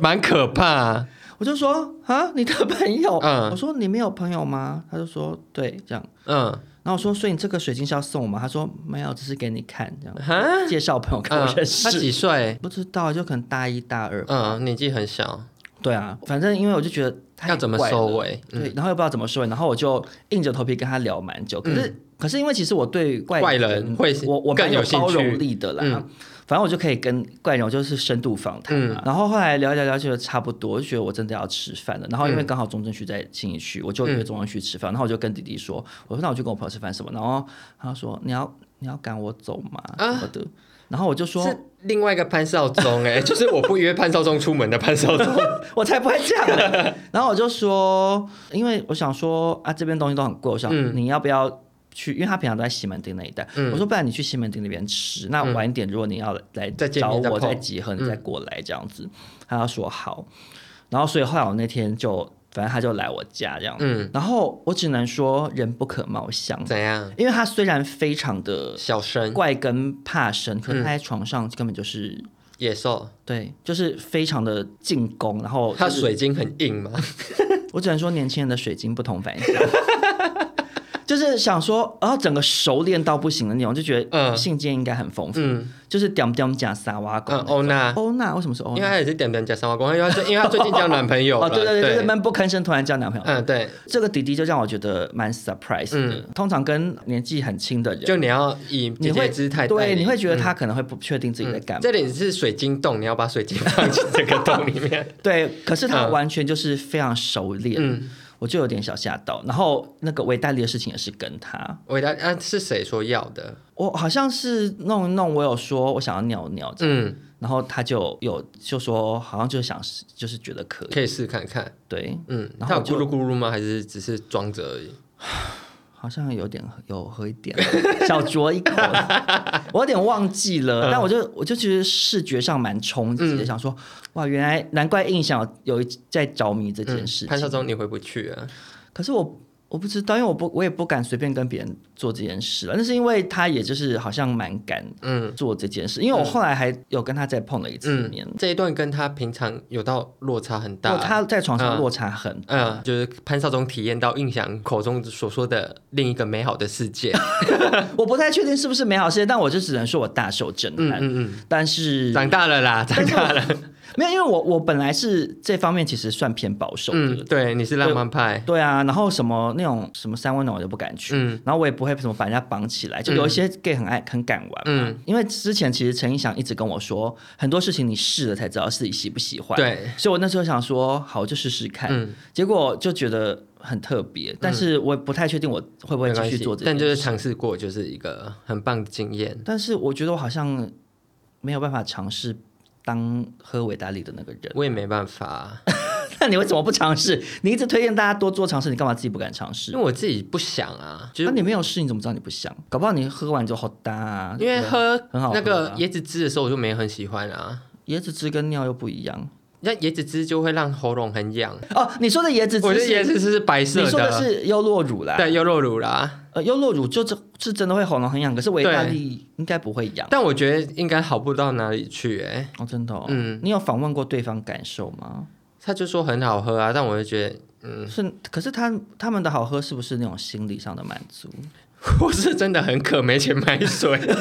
Speaker 3: 蛮可怕，
Speaker 2: 我就说啊，你的朋友？
Speaker 3: 嗯
Speaker 2: 我说你没有朋友吗？他就说对，这样。
Speaker 3: 嗯，
Speaker 2: 然后我说所以你这个水晶是要送我吗？他说没有，只是给你看这样，
Speaker 3: 哈，
Speaker 2: 介绍朋友看
Speaker 3: 嗯
Speaker 2: 我认
Speaker 3: 他
Speaker 2: 识。
Speaker 3: 几岁？
Speaker 2: 不知道，就可能大一大二。
Speaker 3: 嗯，年纪很小，
Speaker 2: 对啊，反正因为我就觉得太
Speaker 3: 要怎么
Speaker 2: 怪了
Speaker 3: 收尾嗯
Speaker 2: 对，然后又不知道怎么收尾，然后我就硬着头皮跟他聊蛮久。可是，可是因为其实我对怪
Speaker 3: 嗯怪人会
Speaker 2: 我我蛮
Speaker 3: 更有兴
Speaker 2: 包
Speaker 3: 趣
Speaker 2: 容力的啦。
Speaker 3: 嗯
Speaker 2: 反正我就可以跟怪人，我就是深度访谈嘛。然后后来聊一聊聊，觉得差不多，我就觉得我真的要吃饭了。然后因为
Speaker 3: 嗯
Speaker 2: 刚好中正区在新义区，我就约中正区吃饭。然后我就跟弟弟说，我说那我就跟我朋友吃饭什么。然后他说你要你要赶我走吗？
Speaker 3: 啊
Speaker 2: 什么的。然后我就说
Speaker 3: 是另外一个潘少忠 哎、就是我不约潘少忠出门的潘少忠。
Speaker 2: 我才不会这样嘞。 然后我就说，因为我想说啊，这边东西都很贵，我想、
Speaker 3: 嗯
Speaker 2: 你要不要去？因为他平常都在西门町那一带，
Speaker 3: 嗯
Speaker 2: 我说不然你去西门町那边吃，那晚一点如果你要来
Speaker 3: 再见
Speaker 2: 找
Speaker 3: 面再
Speaker 2: 我
Speaker 3: 碰
Speaker 2: 再集合，你再过来这样子。他要说好，然后所以后来我那天就，反正他就来我家这样，
Speaker 3: 嗯，
Speaker 2: 然后我只能说人不可貌相，
Speaker 3: 怎样？
Speaker 2: 因为他虽然非常的
Speaker 3: 小生
Speaker 2: 怪跟怕生，可是
Speaker 3: 嗯
Speaker 2: 他在床上根本就是。
Speaker 3: 野兽，
Speaker 2: 对，就是非常的进攻，然后
Speaker 3: 哦他
Speaker 2: 就是
Speaker 3: 水晶很硬嘛？
Speaker 2: 我只能说年轻人的水晶不同凡响，就是想说，然后整个熟练到不行的那种，就觉得
Speaker 3: 嗯
Speaker 2: 性经验应该很丰富，
Speaker 3: 嗯
Speaker 2: 就是屌屌假撒哇狗
Speaker 3: 嗯，。欧娜，
Speaker 2: 欧娜为什么是欧
Speaker 3: 因为
Speaker 2: 娜？
Speaker 3: 他也是点点加三花公，因为他最因为他最近交男朋友
Speaker 2: 哦，
Speaker 3: 了。
Speaker 2: 对对对，就是闷不吭声，突然交男朋友。
Speaker 3: 嗯对，
Speaker 2: 这个弟弟就让我觉得蛮 surprise 的。通常跟年纪很轻的人，
Speaker 3: 就你要以姐
Speaker 2: 你
Speaker 3: 姐
Speaker 2: 会
Speaker 3: 姿态带领，嗯
Speaker 2: 对，你会觉得他可能会不确定自己在干嘛。
Speaker 3: 这里是水晶洞，你要把水晶放进这个洞里 面。
Speaker 2: 对，可是他
Speaker 3: 嗯
Speaker 2: 完全就是非常熟练，
Speaker 3: 嗯
Speaker 2: 我就有点小吓到。然后那个维戴利的事情也是跟他，
Speaker 3: 我答啊是谁说要的？
Speaker 2: 我好像是弄一弄，我有说我想要尿尿这样，
Speaker 3: 嗯，
Speaker 2: 然后他就有就说好像就是想就是觉得可以，
Speaker 3: 可以试看看。
Speaker 2: 对，
Speaker 3: 嗯，
Speaker 2: 然
Speaker 3: 他
Speaker 2: 后
Speaker 3: 有
Speaker 2: 我就
Speaker 3: 咕噜咕噜吗？还是只是装着而已？
Speaker 2: 好像有点有喝一 点，小酌一口，我有点忘记
Speaker 3: 嗯
Speaker 2: 了，但我就我就其实视觉上蛮冲击的，想说哇，原来难怪印象有一在着迷这件事
Speaker 3: 嗯潘少
Speaker 2: 情，
Speaker 3: 忠，你回不去啊？
Speaker 2: 可是我。我不知道，因为我不，我也不敢随便跟别人做这件事了。那是因为他也就是好像蛮敢
Speaker 3: 嗯，
Speaker 2: 做这件事，因为我后来还有跟他再碰了一次面，
Speaker 3: 这一段跟他平常有到落差很大。
Speaker 2: 哦他在床上落差很大。
Speaker 3: 嗯，就是潘少忠体验到印象口中所说的另一个美好的世 界。
Speaker 2: 我不太确定是不是美好世界，但我就只能说我大受震
Speaker 3: 嗯
Speaker 2: 撼。
Speaker 3: 嗯
Speaker 2: 但
Speaker 3: 嗯，
Speaker 2: 是
Speaker 3: 长大了 啦，长大了。
Speaker 2: 没有，因为我我本来是这方面其实算偏保守的。
Speaker 3: 嗯，对，你是浪漫派。
Speaker 2: 对啊，然后什么那种什么三温暖我就不敢去，
Speaker 3: 嗯
Speaker 2: 然后我也不会什么把人家绑起来，就有一些 gay 很爱很敢玩嘛。
Speaker 3: 嗯
Speaker 2: 因为之前其实陈意翔一直跟我说，很多事情你试了才知道自己喜不喜欢。
Speaker 3: 对，
Speaker 2: 所以我那时候想说，好，我就试试看。
Speaker 3: 嗯
Speaker 2: 结果就觉得很特别，但是我也不太确定我会不会
Speaker 3: 没
Speaker 2: 继
Speaker 3: 关
Speaker 2: 续
Speaker 3: 系
Speaker 2: 做，这件
Speaker 3: 但
Speaker 2: 事。
Speaker 3: 就是尝试过，就是一个很棒的经验。
Speaker 2: 但是我觉得我好像没有办法尝试当喝维达利的那个人，
Speaker 3: 我也没办法，啊
Speaker 2: 那你为什么不尝试？你一直推荐大家多做尝试，你干嘛自己不敢尝试
Speaker 3: 因为？我自己不想啊，就
Speaker 2: 那、
Speaker 3: 是
Speaker 2: 你没有试，你怎么知道你不想？搞不好你喝完就好搭、啊，
Speaker 3: 因为
Speaker 2: 对不对
Speaker 3: 喝
Speaker 2: 很好喝
Speaker 3: 那
Speaker 2: 啊
Speaker 3: 个椰子汁的时候，我就没很喜欢啊。
Speaker 2: 椰子汁跟尿又不一样
Speaker 3: 那椰子汁就会让喉咙很痒。
Speaker 2: 哦。你说的椰子汁
Speaker 3: 我觉得
Speaker 2: 是，
Speaker 3: 椰子汁是白色啊
Speaker 2: 你说的是优酪乳啦，
Speaker 3: 对优酪乳啦，
Speaker 2: 呃，优酪乳就是是真的会喉咙很痒，可是维他利应该不会痒。
Speaker 3: 但我觉得应该好不到哪里去哎、欸。
Speaker 2: 哦，真的、哦，
Speaker 3: 嗯
Speaker 2: 你有访问过对方感受吗？
Speaker 3: 他就说很好喝啊，但我就觉得，嗯，
Speaker 2: 是，可是他他们的好喝是不是那种心理上的满足？
Speaker 3: 我是真的很渴，没钱买水。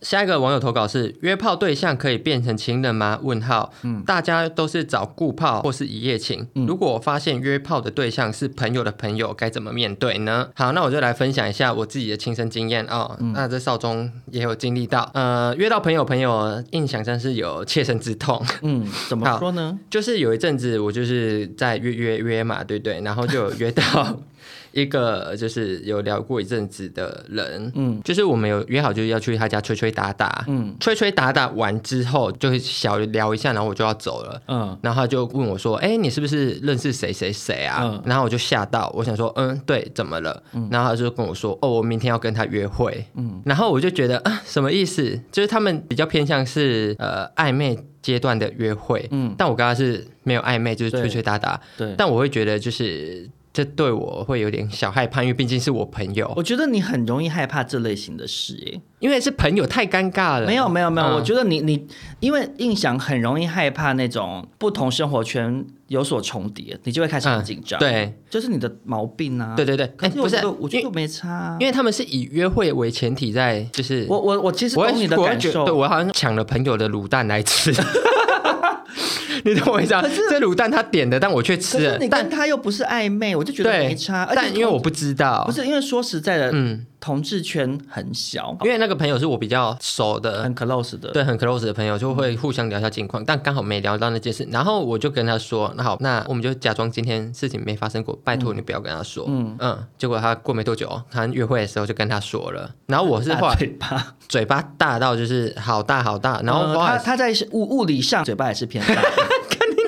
Speaker 3: 下一个网友投稿是：约炮对象可以变成情人吗？问号。大家都是找顾炮或是一夜情。如果我发现约炮的对象是朋友的朋友，该怎么面对呢？好，那我就来分享一下我自己的亲身经验哦。那在少中也有经历到，呃，约到朋友朋友，印象真是有切身之痛。
Speaker 2: 嗯，怎么
Speaker 3: 好
Speaker 2: 说呢？
Speaker 3: 就是有一阵子我就是在约约约嘛，对不对？然后就有约到一个 就是有聊过一阵子的人，
Speaker 2: 嗯
Speaker 3: 嗯，就是我们有约好就是要去他家吹吹打打，
Speaker 2: 嗯
Speaker 3: 吹吹打打完之后就会小聊一下，然后我就要走了。
Speaker 2: 嗯，
Speaker 3: 然后他就问我说：“哎、你是不是认识谁谁谁啊？”
Speaker 2: 嗯
Speaker 3: 然后我就吓到，我想说：“嗯，对，怎么了？”然后他就跟我说：“哦，我明天要跟他约会。”
Speaker 2: 嗯
Speaker 3: 然后我就觉得啊，什么意思？就是他们比较偏向是呃暧昧阶段的约会，
Speaker 2: 嗯
Speaker 3: 嗯，但我跟他是没有暧昧，就是
Speaker 2: 对
Speaker 3: 吹吹打打，
Speaker 2: 对。
Speaker 3: 但我会觉得就是这对我会有点小害怕，因为毕竟是我朋友，
Speaker 2: 我觉得你很容易害怕这类型的事、诶。
Speaker 3: 因为是朋友太尴尬了。
Speaker 2: 没有没有没有，
Speaker 3: 嗯
Speaker 2: 我觉得你你因为印象很容易害怕那种不同生活圈有所重叠，你就会开始很紧张。
Speaker 3: 嗯对，
Speaker 2: 就是你的毛病啊。
Speaker 3: 对对对，
Speaker 2: 可
Speaker 3: 哎，
Speaker 2: 是
Speaker 3: 不
Speaker 2: 我
Speaker 3: 是
Speaker 2: 觉，得我觉
Speaker 3: 因
Speaker 2: 得
Speaker 3: 为
Speaker 2: 我没差、啊，
Speaker 3: 因为他们是以约会为前提在，就是
Speaker 2: 我我我其实
Speaker 3: 我会
Speaker 2: 懂你的
Speaker 3: 我会
Speaker 2: 感
Speaker 3: 觉
Speaker 2: 受，
Speaker 3: 对我好像抢了朋友的卤蛋来 吃。你懂我意思啊？这卤蛋他点的，但我却
Speaker 2: 可
Speaker 3: 吃
Speaker 2: 是
Speaker 3: 了
Speaker 2: 你，
Speaker 3: 但
Speaker 2: 跟他又不是暧昧，我就觉得
Speaker 3: 对
Speaker 2: 没差。而且
Speaker 3: 但因为我
Speaker 2: 同
Speaker 3: 不知道，
Speaker 2: 不是因为说实在的，
Speaker 3: 嗯，
Speaker 2: 同志圈很小，
Speaker 3: 因为那个朋友是我比较熟的，
Speaker 2: 很 close 的。
Speaker 3: 嗯对，很 close 的朋友，就
Speaker 2: 嗯
Speaker 3: 会互相聊一下近况，但刚好没聊到那件事，然后我就跟他说，那好，那我们就假装今天事情没发生过，拜托你不要跟他说，嗯结果他过没多久，他约会的时候就跟他说了，然后我是后
Speaker 2: 大
Speaker 3: 来
Speaker 2: 嘴巴，
Speaker 3: 嘴巴大到就是好大好大，然后
Speaker 2: 呃
Speaker 3: 后
Speaker 2: 他
Speaker 3: 来
Speaker 2: 他在物物理上嘴巴也是偏 大的，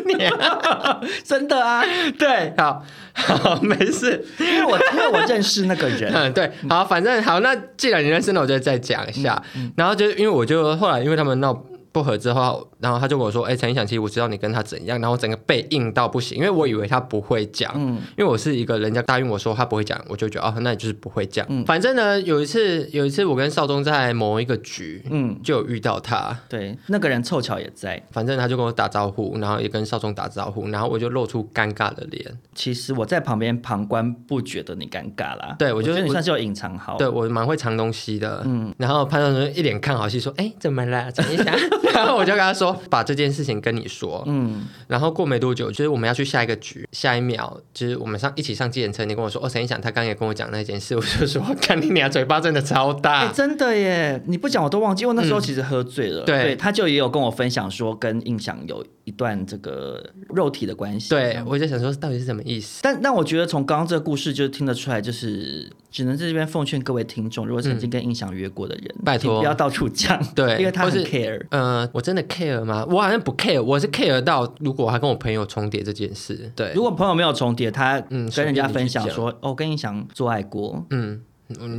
Speaker 3: 你娘
Speaker 2: 真的啊，
Speaker 3: 对，好，好，没事，
Speaker 2: 因为我因为我认识那个 人，
Speaker 3: 嗯，嗯对，好，反正好，那既然你认识，那我就再讲一下。然后就因为我就后来因为他们闹不和之后，然后他就跟我说：“哎、陈一想，其实我知道你跟他怎样。”然后整个被硬到不行，因为我以为他不会讲，因为我是一个人家答应我说他不会讲，我就觉得哦，那你就是不会讲。反正呢，有一次有一次我跟少宗在某一个局，
Speaker 2: 嗯
Speaker 3: 嗯，就有遇到他，
Speaker 2: 对，那个人凑巧也在。
Speaker 3: 反正他就跟我打招呼，然后也跟少宗打招呼，然后我就露出尴尬的脸。
Speaker 2: 其实我在旁边旁观，不觉得你尴尬啦。
Speaker 3: 对
Speaker 2: 我
Speaker 3: 我觉得
Speaker 2: 你
Speaker 3: 我
Speaker 2: 算是有隐藏好。
Speaker 3: 对，我蛮会藏东西的，嗯，然后潘少忠一脸看好戏说：“哎，怎么了？怎么一下？” 然后我就跟他说：“把这件事情跟你说。”
Speaker 2: 嗯，
Speaker 3: 然后过没多久，就是我们要去下一个局，下一秒就是我们上一起上计程车，你跟我说：“哦，陈一想，他刚刚也跟我讲那件事。”我就说：“看你俩嘴巴真的超
Speaker 2: 哎、
Speaker 3: 大。
Speaker 2: 真的耶！你不讲我都忘记，因为那时候其实喝醉了。
Speaker 3: 对
Speaker 2: 他就也有跟我分享说，跟印象有一段这个肉体的关系。
Speaker 3: 对，我就想说到底是什么意思？
Speaker 2: 但但我觉得从刚刚这个故事就听得出来，就是只能在这边奉劝各位听众，如果曾经跟印象约过的人，
Speaker 3: 嗯拜托
Speaker 2: 请不要到处讲，
Speaker 3: 对
Speaker 2: 因为他
Speaker 3: 或
Speaker 2: 很
Speaker 3: 是
Speaker 2: care。
Speaker 3: 呃，我真的 care 吗？我好像不 care，我是 care 到如果我还跟我朋友重叠这件事。对，
Speaker 2: 如果朋友没有重叠，他
Speaker 3: 嗯
Speaker 2: 跟人家
Speaker 3: 随便
Speaker 2: 分
Speaker 3: 你去
Speaker 2: 享说，哦，跟印象做爱过。
Speaker 3: 嗯，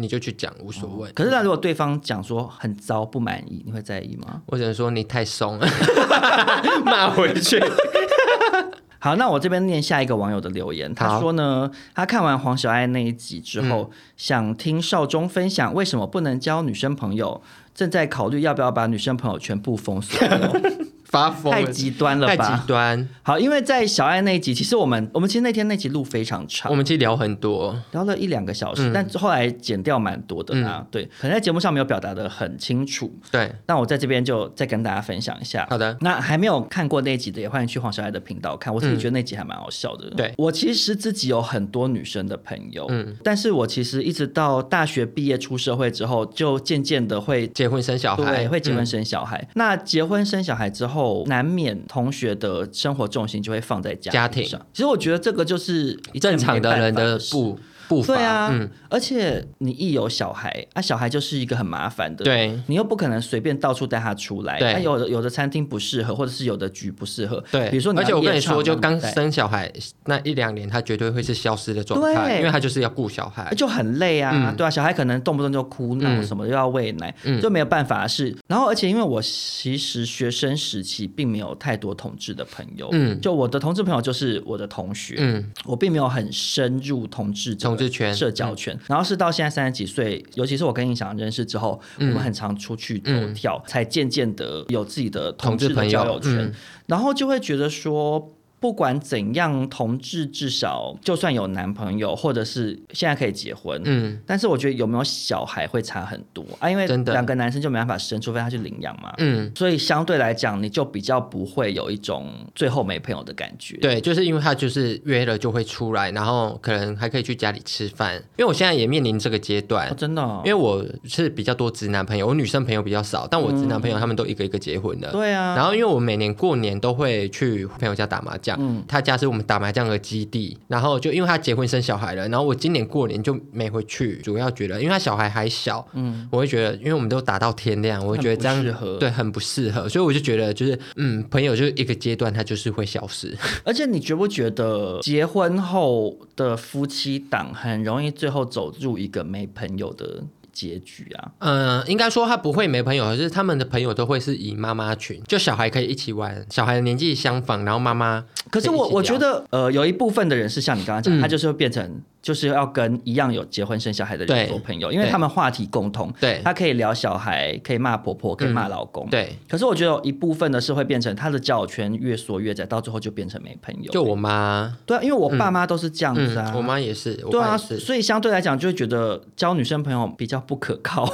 Speaker 3: 你就去讲，无所谓。
Speaker 2: 可是那如果对方讲说很糟不满意，你会在意吗？
Speaker 3: 我只能说你太松了， 骂啊回去。
Speaker 2: 好，那我这边念下一个网友的留言，他
Speaker 3: 好
Speaker 2: 说呢，他看完黄小爱那一集之后，
Speaker 3: 嗯
Speaker 2: 想听少中分享为什么不能交女生朋友，正在考虑要不要把女生朋友全部 封锁了，
Speaker 3: 发疯
Speaker 2: 太
Speaker 3: 了，
Speaker 2: 极端了
Speaker 3: 太
Speaker 2: 吧
Speaker 3: 极？端。
Speaker 2: 好，因为在小爱那一集，其实我们我们其实那天那集录非常长
Speaker 3: 我，们其实聊很多，
Speaker 2: 聊了一两个小时，
Speaker 3: 嗯
Speaker 2: 但后来剪掉蛮多的啦。对，可能在节目上没有表达的很清楚。
Speaker 3: 对，
Speaker 2: 那我在这边就再跟大家分享一下。
Speaker 3: 好的
Speaker 2: 那还没有看过那一集的，也欢迎去黄小爱的频道看。我自己觉得那集还蛮好笑的。
Speaker 3: 嗯对
Speaker 2: 我其实自己有很多女生的朋友，嗯，但是我其实一直到大学毕业出社会之后，就渐渐的会。
Speaker 3: 结婚生小孩嗯
Speaker 2: 对，会结婚生小孩。那结婚生小孩之后，难免同学的生活重心就会放在家
Speaker 3: 家
Speaker 2: 庭
Speaker 3: 庭
Speaker 2: 上。其实我觉得这个就是一
Speaker 3: 嗯
Speaker 2: 件
Speaker 3: 正常的人
Speaker 2: 没办法
Speaker 3: 的
Speaker 2: 事
Speaker 3: 不步伐，
Speaker 2: 对啊，
Speaker 3: 嗯，
Speaker 2: 而且你一有小孩啊，小孩就是一个很麻烦的，，
Speaker 3: 对
Speaker 2: 你又不可能随便到处带他出来，
Speaker 3: 对
Speaker 2: 啊、有的有的餐厅不适合，或者是有的局不适合，
Speaker 3: 对。
Speaker 2: 比如说，
Speaker 3: 而且我跟你
Speaker 2: 啊
Speaker 3: 说，就刚
Speaker 2: 生，
Speaker 3: 生小孩那一两年，他绝对会是消失的状态，
Speaker 2: 对
Speaker 3: 因为他就是要顾小孩。
Speaker 2: 就很累啊，
Speaker 3: 嗯
Speaker 2: 对啊，小孩可能动不动就哭闹
Speaker 3: 嗯
Speaker 2: 什么，又要喂奶，
Speaker 3: 嗯
Speaker 2: 就没有办法是。然后，而且因为我其实学生时期并没有太多同志的朋友，
Speaker 3: 嗯
Speaker 2: 就我的同志朋友就是我的同学，
Speaker 3: 嗯，
Speaker 2: 我并没有很深入同志这个
Speaker 3: 同志圈嗯
Speaker 2: 社交圈，然后是到现在三十几岁，尤其是我跟印象认识之后，
Speaker 3: 嗯
Speaker 2: 我们很常出去走跳，才渐渐的有自己的同志的交友
Speaker 3: 同志
Speaker 2: 圈，
Speaker 3: 朋友嗯
Speaker 2: 然后就会觉得说。不管怎样，同志至少就算有男朋友，或者是现在可以结婚，
Speaker 3: 嗯，
Speaker 2: 但是我觉得有没有小孩会差很多啊，因为
Speaker 3: 真的
Speaker 2: 两个男生就没办法生，除非他去领养嘛，
Speaker 3: 嗯，
Speaker 2: 所以相对来讲，你就比较不会有一种最后没朋友的感觉。
Speaker 3: 对，就是因为他就是约了就会出来，然后可能还可以去家里吃饭。因为我现在也面临这个阶段，
Speaker 2: 哦，真的哦、
Speaker 3: 因为我是比较多直男朋友，我女生朋友比较少，但我直男朋友他们都一个一个结婚了。
Speaker 2: 嗯对啊，
Speaker 3: 然后，因为我每年过年都会去朋友家打麻将，
Speaker 2: 嗯
Speaker 3: 他家是我们打麻将的基地。然后就因为他结婚生小孩了，然后我今年过年就没回去，主要觉得因为他小孩还小，
Speaker 2: 嗯
Speaker 3: 我会觉得因为我们都打到天亮，我会觉得这样
Speaker 2: 很不适合
Speaker 3: 对很不适合，所以我就觉得就是嗯，朋友就是一个阶段，他就是会消 失。
Speaker 2: 而且你觉不觉得结婚后的夫妻档很容易最后走入一个没朋友的结局啊？
Speaker 3: 嗯，应该说他不会没朋友，可是他们的朋友都会是以妈妈群，就小孩可以一起玩，小孩的年纪相仿，然后妈妈
Speaker 2: 可是
Speaker 3: 可以
Speaker 2: 我
Speaker 3: 一起
Speaker 2: 我觉
Speaker 3: 聊
Speaker 2: 得，呃，有一部分的人是像你刚刚讲，
Speaker 3: 嗯
Speaker 2: 他就是会变成就是要跟一样有结婚生小孩的人
Speaker 3: 对
Speaker 2: 做朋友，因为
Speaker 3: 对
Speaker 2: 他们话题共通，
Speaker 3: 对
Speaker 2: 他可以聊小孩，可以骂婆婆，可以骂老公，。
Speaker 3: 对，
Speaker 2: 可是我觉得有一部分的是会变成他的交友圈越缩越窄，到最后就变成没朋友。
Speaker 3: 就我妈，
Speaker 2: 对啊，因为我爸妈都是这样子啊，
Speaker 3: 嗯，我妈也是，我
Speaker 2: 对
Speaker 3: 爸
Speaker 2: 啊，
Speaker 3: 也是，
Speaker 2: 所以相对来讲就会觉得交女生朋友比较不可 靠。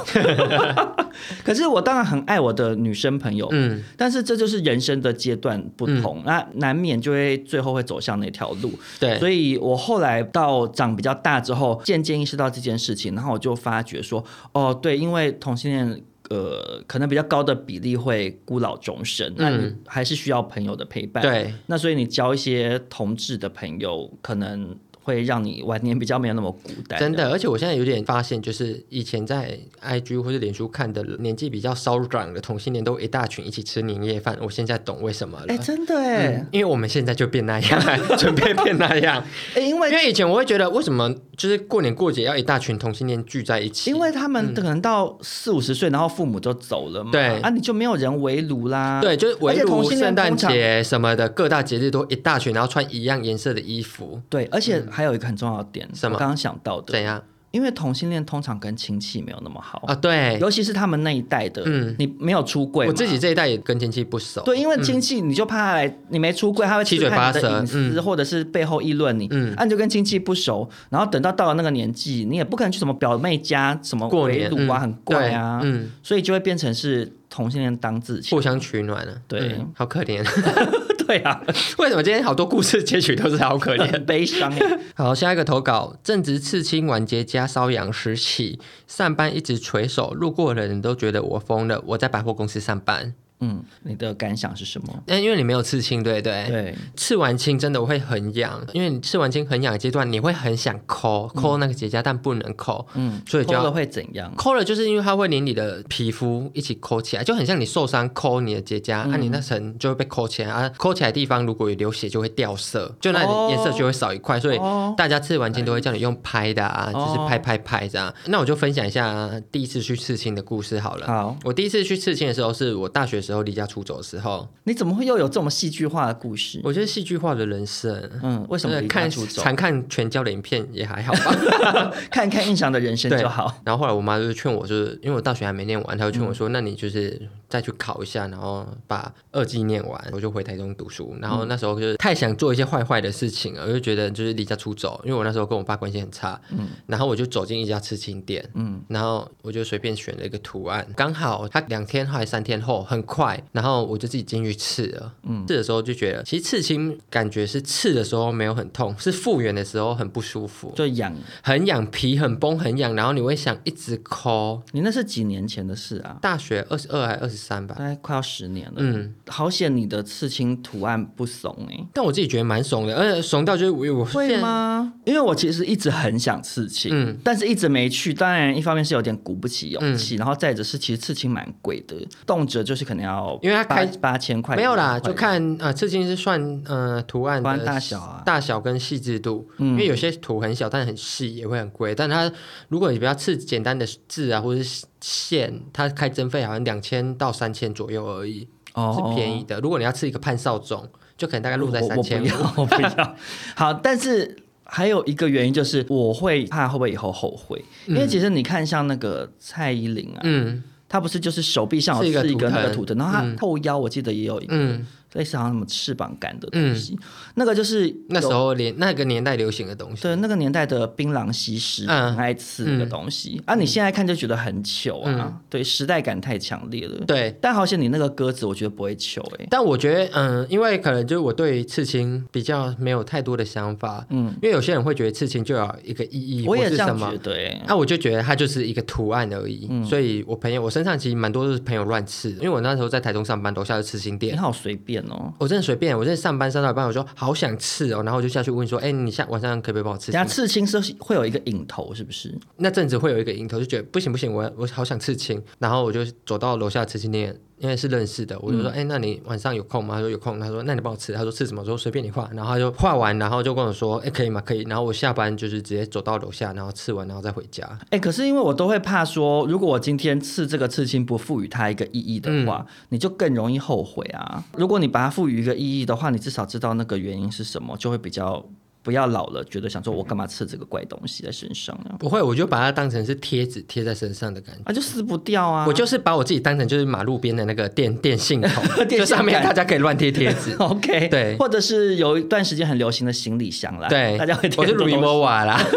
Speaker 2: 可是我当然很爱我的女生朋友，
Speaker 3: 嗯，
Speaker 2: 但是这就是人生的阶段不同，那难免就会最后会走向那条路。
Speaker 3: 对，
Speaker 2: 所以我后来到长比较大之后，渐渐意识到这件事情，然后我就发觉说，哦，对，因为同性恋。呃，可能比较高的比例会孤老终生，那你
Speaker 3: 嗯
Speaker 2: 还是需要朋友的陪伴。
Speaker 3: 对，
Speaker 2: 那所以你交一些同志的朋友，可能会让你晚年比较没有那么孤单。
Speaker 3: 真的，而且我现在有点发现，就是以前在 IG 或者脸书看的年纪比较稍长的同性恋，都一大群一起吃年夜饭，我现在懂为什么了
Speaker 2: 哎、。真的哎、
Speaker 3: 嗯因为我们现在就变那样， 准备变那 样。
Speaker 2: 哎、因
Speaker 3: 因
Speaker 2: 为
Speaker 3: 为以前我会觉得，为什么就是过年过节要一大群同性恋聚在一起？
Speaker 2: 因为他们可能到四五十岁，然后父母都走了嘛，
Speaker 3: 嗯对
Speaker 2: 啊，你就没有人围炉啦，
Speaker 3: 对，就是
Speaker 2: 而
Speaker 3: 围
Speaker 2: 且同
Speaker 3: 炉、
Speaker 2: 性恋
Speaker 3: 圣诞
Speaker 2: 通常，
Speaker 3: 节什么的，各大节日都一大群，然后穿一样颜色的衣服，
Speaker 2: 对，而且还有一个很重要的点，
Speaker 3: 嗯什么
Speaker 2: 我刚刚想到的，
Speaker 3: 怎样
Speaker 2: 因为同性恋通常跟亲戚没有那么好，
Speaker 3: 啊？对，
Speaker 2: 尤其是他们那一代的，
Speaker 3: 嗯
Speaker 2: 你没有出柜嘛，
Speaker 3: 我自己这一代也跟亲戚不熟。
Speaker 2: 对，因为亲戚你就怕他来，你没出柜，他会
Speaker 3: 七嘴八
Speaker 2: 试探你
Speaker 3: 舌
Speaker 2: 的隐私，
Speaker 3: 嗯
Speaker 2: 或者是背后议论你，嗯
Speaker 3: 嗯，
Speaker 2: 啊，你就跟亲戚不熟，然后等到到了那个年纪，你也不可能去什么表妹家什么
Speaker 3: 过
Speaker 2: 围
Speaker 3: 年
Speaker 2: 炉啊，
Speaker 3: 嗯
Speaker 2: 很怪啊，
Speaker 3: 对嗯，
Speaker 2: 所以就会变成是同性恋当自 强
Speaker 3: 互，相取暖啊。
Speaker 2: 对
Speaker 3: 嗯好可怜。
Speaker 2: 对啊，
Speaker 3: 为什么今天好多故事结局都是好可怜？
Speaker 2: 很悲伤耶。
Speaker 3: 好，下一个投稿，正值刺青完结加瘙痒时期，上班一直垂手，路过的人都觉得我疯了。我在百货公司上班，欸
Speaker 2: 嗯，你的感想是什么？
Speaker 3: 但因为你没有刺青，对不对？
Speaker 2: 对，
Speaker 3: 刺完青真的会很痒，因为你刺完青很痒的阶段，你会很想抠抠那个结痂，但不能抠，
Speaker 2: 嗯，
Speaker 3: 所以就
Speaker 2: 脱了
Speaker 3: 要
Speaker 2: 会怎样？
Speaker 3: 抠了，就是因为它会连你的皮肤一起抠起来，就很像你受伤抠你的结痂，
Speaker 2: 嗯
Speaker 3: 啊，你那层就会被抠起来啊，抠起来的地方如果有流血就会掉色，就那
Speaker 2: 哦
Speaker 3: 里颜色就会少一块，所以
Speaker 2: 哦
Speaker 3: 大家刺完青都会叫你用拍的啊，
Speaker 2: 哦
Speaker 3: 就是拍拍拍这样。那我就分享一下第一次去刺青的故事好了。
Speaker 2: 好
Speaker 3: 我第一次去刺青的时候是我大学时候离家出走的时候，
Speaker 2: 你怎么会又有这么戏剧化的故事？
Speaker 3: 我觉得戏剧化的人生。
Speaker 2: 嗯，为什么
Speaker 3: 对
Speaker 2: 离家
Speaker 3: 看
Speaker 2: 出走？
Speaker 3: 常看全焦的影片也还好 吧。
Speaker 2: 看一看印象的人生
Speaker 3: 对
Speaker 2: 就好。
Speaker 3: 然后后来我妈就是劝我，就是因为我大学还没念完，她就劝我
Speaker 2: 嗯
Speaker 3: 说：“那你就是再去考一下，然后把二技念完。”我就回台中读书。然
Speaker 2: 嗯
Speaker 3: 后那时候就是太想做一些坏坏的事情了，我就觉得就是离家出走，因为我那时候跟我爸关系很差。然后我就走进一家刺青店，
Speaker 2: 嗯
Speaker 3: 然后我就随便选了一个图案，刚好他两天后还三天后很快，然后我就自己进去刺了。
Speaker 2: 嗯
Speaker 3: 刺的时候就觉得，其实刺青感觉是刺的时候没有很痛，是复原的时候很不舒服，
Speaker 2: 就养，
Speaker 3: 很痒，皮很绷，很痒，然后你会想一直抠。
Speaker 2: 你那是几年前的事啊？
Speaker 3: 大学二十二还二十三吧
Speaker 2: 大。概快要十年了。
Speaker 3: 嗯，
Speaker 2: 好险你的刺青图案不怂哎、
Speaker 3: 但我自己觉得蛮怂的，而且怂到就是我我
Speaker 2: 会？吗？因为我其实一直很想刺青，
Speaker 3: 嗯
Speaker 2: 但是一直没去。当然，一方面是有点鼓不起勇气，然后再者是其实刺青蛮贵的，动辄就是可能要
Speaker 3: 因为它
Speaker 2: 八
Speaker 3: 开
Speaker 2: 八千块，
Speaker 3: 没有啦，
Speaker 2: 1000块
Speaker 3: 就看呃，刺青是算呃图案
Speaker 2: 图
Speaker 3: 的
Speaker 2: 案大小啊嗯
Speaker 3: 大小跟细致度，因为有些图很小但很细也会很贵，但它如果你不要刺简单的字啊或者是线，它开征费好像两千到三千左右而已，
Speaker 2: 哦
Speaker 3: 是便宜。的。如果你要刺一个潘少总，就可能大概落在
Speaker 2: 我
Speaker 3: 三
Speaker 2: 我
Speaker 3: 千
Speaker 2: 不要，哦 我不要。好，但是还有一个原因就是，我会怕会不会以后后悔，因为其实你看像那个蔡依林啊，
Speaker 3: 嗯
Speaker 2: 她不是就是手臂上
Speaker 3: 是一
Speaker 2: 有
Speaker 3: 个
Speaker 2: 刺一个
Speaker 3: 图
Speaker 2: 那
Speaker 3: 腾
Speaker 2: 个图腾，然后她后腰我记得也有一个
Speaker 3: 嗯，
Speaker 2: 类似好像什么翅膀感的东西，那个就是
Speaker 3: 那时
Speaker 2: 有。
Speaker 3: 候连那个年代流行的东西，
Speaker 2: 对，那个年代的槟榔西施
Speaker 3: 嗯
Speaker 2: 很爱吃那个东西、啊，你现在看就觉得很糗啊，对，时代感太强烈了。
Speaker 3: 嗯对，
Speaker 2: 但好险你那个鸽子，我觉得不会糗哎、
Speaker 3: 但我觉得，嗯，因为可能就是我对刺青比较没有太多的想法，嗯，因为有些人会觉得刺青就要有一个意义，
Speaker 2: 我
Speaker 3: 或
Speaker 2: 也
Speaker 3: 是
Speaker 2: 这
Speaker 3: 什
Speaker 2: 样
Speaker 3: 么
Speaker 2: 觉，得嗯哎、
Speaker 3: 那、我就觉得它就是一个图案而已。所以我朋友，我身上其实蛮多都是朋友乱刺，因为我那时候在台中上班，楼下是刺青
Speaker 2: 你
Speaker 3: 店。
Speaker 2: 好随便哦。
Speaker 3: 我真的随便，我真的上班上到一半，我说好想刺哦，然后我就下去问说，哎、你下晚上可不可以帮我刺
Speaker 2: 人
Speaker 3: 青
Speaker 2: 家？刺青是会有一个影头，是不是？
Speaker 3: 那阵子会有一个迎头，就觉得不行不行，我我好想刺青，然后我就走到楼下的刺青店，因为是认识的，我就说，哎、
Speaker 2: 嗯
Speaker 3: 那你晚上有空吗？他说有空，他说那你帮我刺，他说刺什么？我说随便你画，然后他就画完，然后就跟我说，哎、可以吗？可以，然后我下班就是直接走到楼下，然后刺完，然后再回家。
Speaker 2: 哎、可是因为我都会怕说，如果我今天刺这个刺青不赋予它一个意义
Speaker 3: 嗯
Speaker 2: 的话，你就更容易后悔啊。如果你把它赋予一个意义的话，你至少知道那个原因是什么，就会比较不要老了觉得想说我干嘛刺这个怪东西在身上呢、
Speaker 3: 不会，我就把它当成是贴纸贴在身上的感觉。
Speaker 2: 啊，就撕不掉啊！，
Speaker 3: 我就是把我自己当成就是马路边的那个电电信筒
Speaker 2: 电信
Speaker 3: 就上面
Speaker 2: 杆。
Speaker 3: 大家可以乱贴贴纸
Speaker 2: OK，
Speaker 3: 对
Speaker 2: 或者是有一段时间很流行的行李箱啦，
Speaker 3: 对，
Speaker 2: 大家会贴
Speaker 3: 我是
Speaker 2: 很多
Speaker 3: 鲁伊
Speaker 2: 东西
Speaker 3: 莫瓦啦。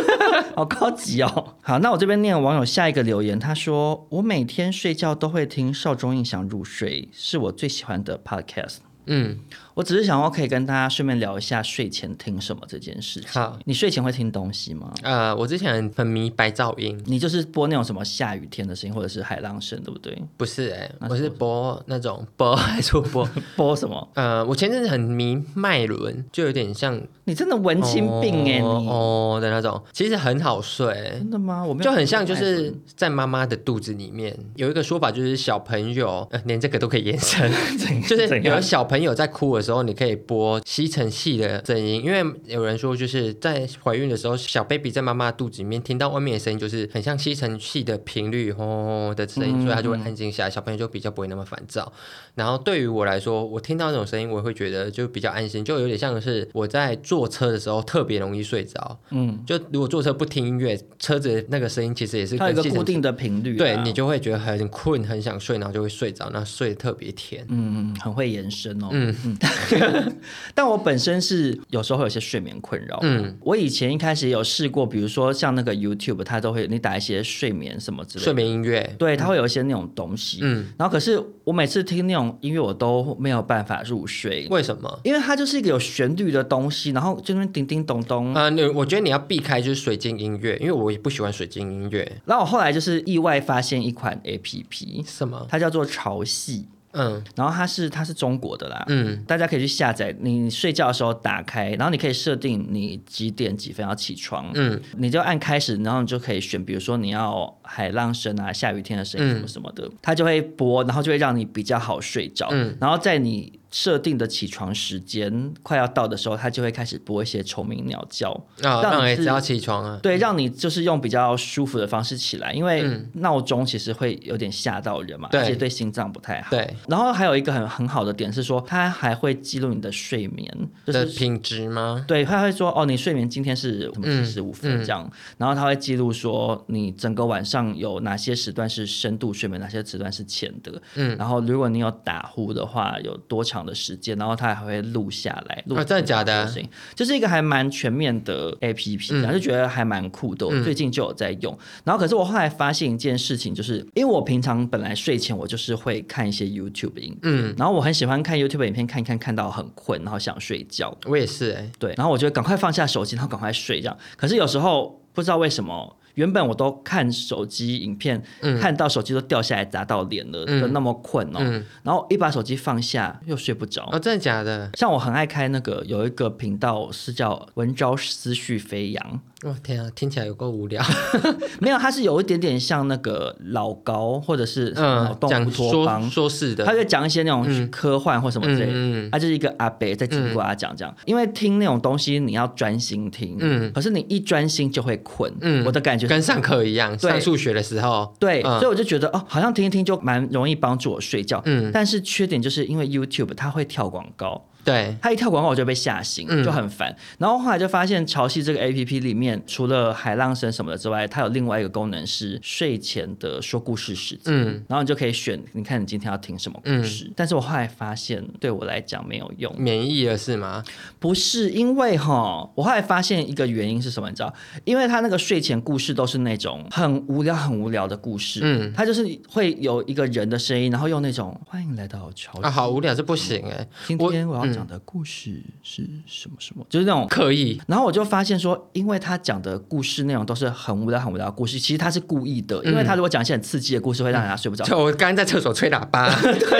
Speaker 2: 好高级哦。好，那我这边念网友下一个留言，他说：“我每天睡觉都会听少中印象入睡，是我最喜欢的 podcast。
Speaker 3: 嗯，
Speaker 2: 我只是想要可以跟大家顺便聊一下睡前听什么这件事情。
Speaker 3: 好，
Speaker 2: 你睡前会听东西吗？
Speaker 3: 呃，我之前很迷白噪音，
Speaker 2: 你就是播那种什么下雨天的声音，或者是海浪声，对不 对？
Speaker 3: 不是哎、我是播那种 播还是 播？
Speaker 2: 播什么？
Speaker 3: 呃，我前阵子很迷脉轮，就有点像
Speaker 2: 你真的文青病哎、
Speaker 3: 哦
Speaker 2: 你、
Speaker 3: 哦的那种，其实很好睡
Speaker 2: 真。的吗？我没有
Speaker 3: 就很像，就
Speaker 2: 听过
Speaker 3: 是在妈妈的肚子里面有一个说法，就是小朋友、呃、连这个都可以延伸， 就是
Speaker 2: 怎
Speaker 3: 有
Speaker 2: 样
Speaker 3: 小朋友在哭的时候，你可以播吸尘器的声音，因为有人说就是在怀孕的时候，小 baby 在妈妈肚子里面听到外面的声音，就是很像吸尘器的频率轰轰轰的声音，
Speaker 2: 嗯
Speaker 3: 所以他就会安静下来，小朋友就比较不会那么烦躁。然后对于我来说，我听到那种声音，我会觉得就比较安心，就有点像是我在坐车的时候特别容易睡着。嗯，就如果坐车不听音乐，车子那个声音其实也是
Speaker 2: 它有
Speaker 3: 跟
Speaker 2: 一个
Speaker 3: 吸尘
Speaker 2: 固定的频率啊、
Speaker 3: 对你就会觉得很困，很想睡，然后就会睡着，那睡得特别甜。
Speaker 2: 嗯，很会延伸哦。嗯嗯， 但我本身是有时候会有些睡眠困扰。嗯
Speaker 3: 嗯，
Speaker 2: 我以前一开始也有试过，比如说像那个 YouTube，它都会你打一些睡眠什么之类
Speaker 3: 睡
Speaker 2: 的。
Speaker 3: 眠音乐，
Speaker 2: 对，它会有一些那种东西，嗯
Speaker 3: 嗯，
Speaker 2: 然后可是我每次听那种音乐，我都没有办法入睡，
Speaker 3: 为什么？
Speaker 2: 因为它就是一个有旋律的东西，然后就那边叮叮咚咚。
Speaker 3: 啊、你我觉得你要避开就是水晶音乐，因为我也不喜欢水晶音乐。
Speaker 2: 然后我后来就是意外发现一款 A P P，
Speaker 3: 什么？
Speaker 2: 它叫做潮汐，
Speaker 3: 嗯
Speaker 2: 然后它是它是中国的啦，
Speaker 3: 嗯，
Speaker 2: 大家可以去下载，你睡觉的时候打开，然后你可以设定你几点几分要起床，嗯
Speaker 3: 嗯，
Speaker 2: 你就按开始，然后你就可以选，比如说你要海浪声啊、下雨天的声音什么什么的，它就会播，然后就会让你比较好睡着，
Speaker 3: 嗯
Speaker 2: 然后在你。设定的起床时间快要到的时候，它就会开始播一些虫鸣鸟叫，
Speaker 3: 啊，
Speaker 2: 让
Speaker 3: 让
Speaker 2: 你
Speaker 3: 人
Speaker 2: 是
Speaker 3: 只要起床啊。
Speaker 2: 对，让你就是用比较舒服的方式起来，因为闹钟其实会有点吓到人嘛，
Speaker 3: 嗯对
Speaker 2: 而且对心脏不太好。
Speaker 3: 对
Speaker 2: 然后还有一个很很好的点是说，它还会记录你的睡眠，就
Speaker 3: 的
Speaker 2: 是。
Speaker 3: 品质吗？
Speaker 2: 对，它会说哦，你睡眠今天是什么
Speaker 3: 嗯
Speaker 2: 四十五分这样，然后它会记录说你整个晚上有哪些时段是深度睡眠，哪些时段是浅的，嗯，然后如果你有打呼的话，有多长的时间，然后它还会录下来，录
Speaker 3: 啊真的假的嗯
Speaker 2: 声音就是一个还蛮全面的 A P P，然后就觉得还蛮酷的，我最近就有在用。然后可是我后来发现一件事情，就是因为我平常本来睡前我就是会看一些 YouTube 影片，
Speaker 3: 嗯
Speaker 2: 然后我很喜欢看 YouTube 影片，看一看看到很困，然后想睡觉，
Speaker 3: 我也是哎、
Speaker 2: 对，然后我就会赶快放下手机，然后赶快睡这样。可是有时候不知道为什么。原本我都看手机影片，看到手机都掉下来砸到脸了，
Speaker 3: 嗯
Speaker 2: 都那么困哦，
Speaker 3: 嗯
Speaker 2: 然后一把手机放下又睡不着。
Speaker 3: 哦，真的假的？
Speaker 2: 像我很爱开那个有一个频道是叫“文昭思绪飞扬
Speaker 3: 哦天啊，听起来有够无聊。”，
Speaker 2: 没有，它是有一点点像那个老高或者 是脑
Speaker 3: 嗯，
Speaker 2: 洞
Speaker 3: 讲
Speaker 2: 乌托邦
Speaker 3: 说，说是的
Speaker 2: 他，就讲一些那种
Speaker 3: 嗯
Speaker 2: 科幻或什么之类的，他、
Speaker 3: 嗯嗯嗯
Speaker 2: 就是一个阿伯在经过他讲这样，因为听那种东西你要专心听，
Speaker 3: 嗯
Speaker 2: 可是你一专心就会困，
Speaker 3: 嗯
Speaker 2: 我的感觉是
Speaker 3: 跟上课一样，
Speaker 2: 对
Speaker 3: 上数学的时候，
Speaker 2: 对，
Speaker 3: 嗯
Speaker 2: 所以我就觉得哦，好像听一听就蛮容易帮助我睡觉，
Speaker 3: 嗯
Speaker 2: 但是缺点就是因为 YouTube 它会跳广告，
Speaker 3: 对，
Speaker 2: 它一跳广告我就被吓醒，
Speaker 3: 嗯
Speaker 2: 就很烦。然后后来就发现潮汐这个 A P P 里面，除了海浪声什么的之外，它有另外一个功能是睡前的说故事时间，
Speaker 3: 嗯
Speaker 2: 然后你就可以选，你看你今天要听什么故事。但是我后来发现，对我来讲没有用，
Speaker 3: 免疫了是吗？
Speaker 2: 不是因为哈，我后来发现一个原因是什么，你知道？因为他那个睡前故事都是那种很无聊、很无聊的故事，嗯
Speaker 3: 嗯，
Speaker 2: 他就是会有一个人的声音，然后用那种欢迎来到潮汐
Speaker 3: 啊，好无聊，这不行哎，
Speaker 2: 今天我要讲的故事是什么什么，就是那种。
Speaker 3: 刻意，
Speaker 2: 然后我就发现说，因为他讲的故事内容都是很无聊、很无聊的故事，其实他是故意的，
Speaker 3: 嗯
Speaker 2: 因为他如果讲一些很刺激的故事，会让人家睡不着。
Speaker 3: 就我刚刚在厕所吹喇 叭，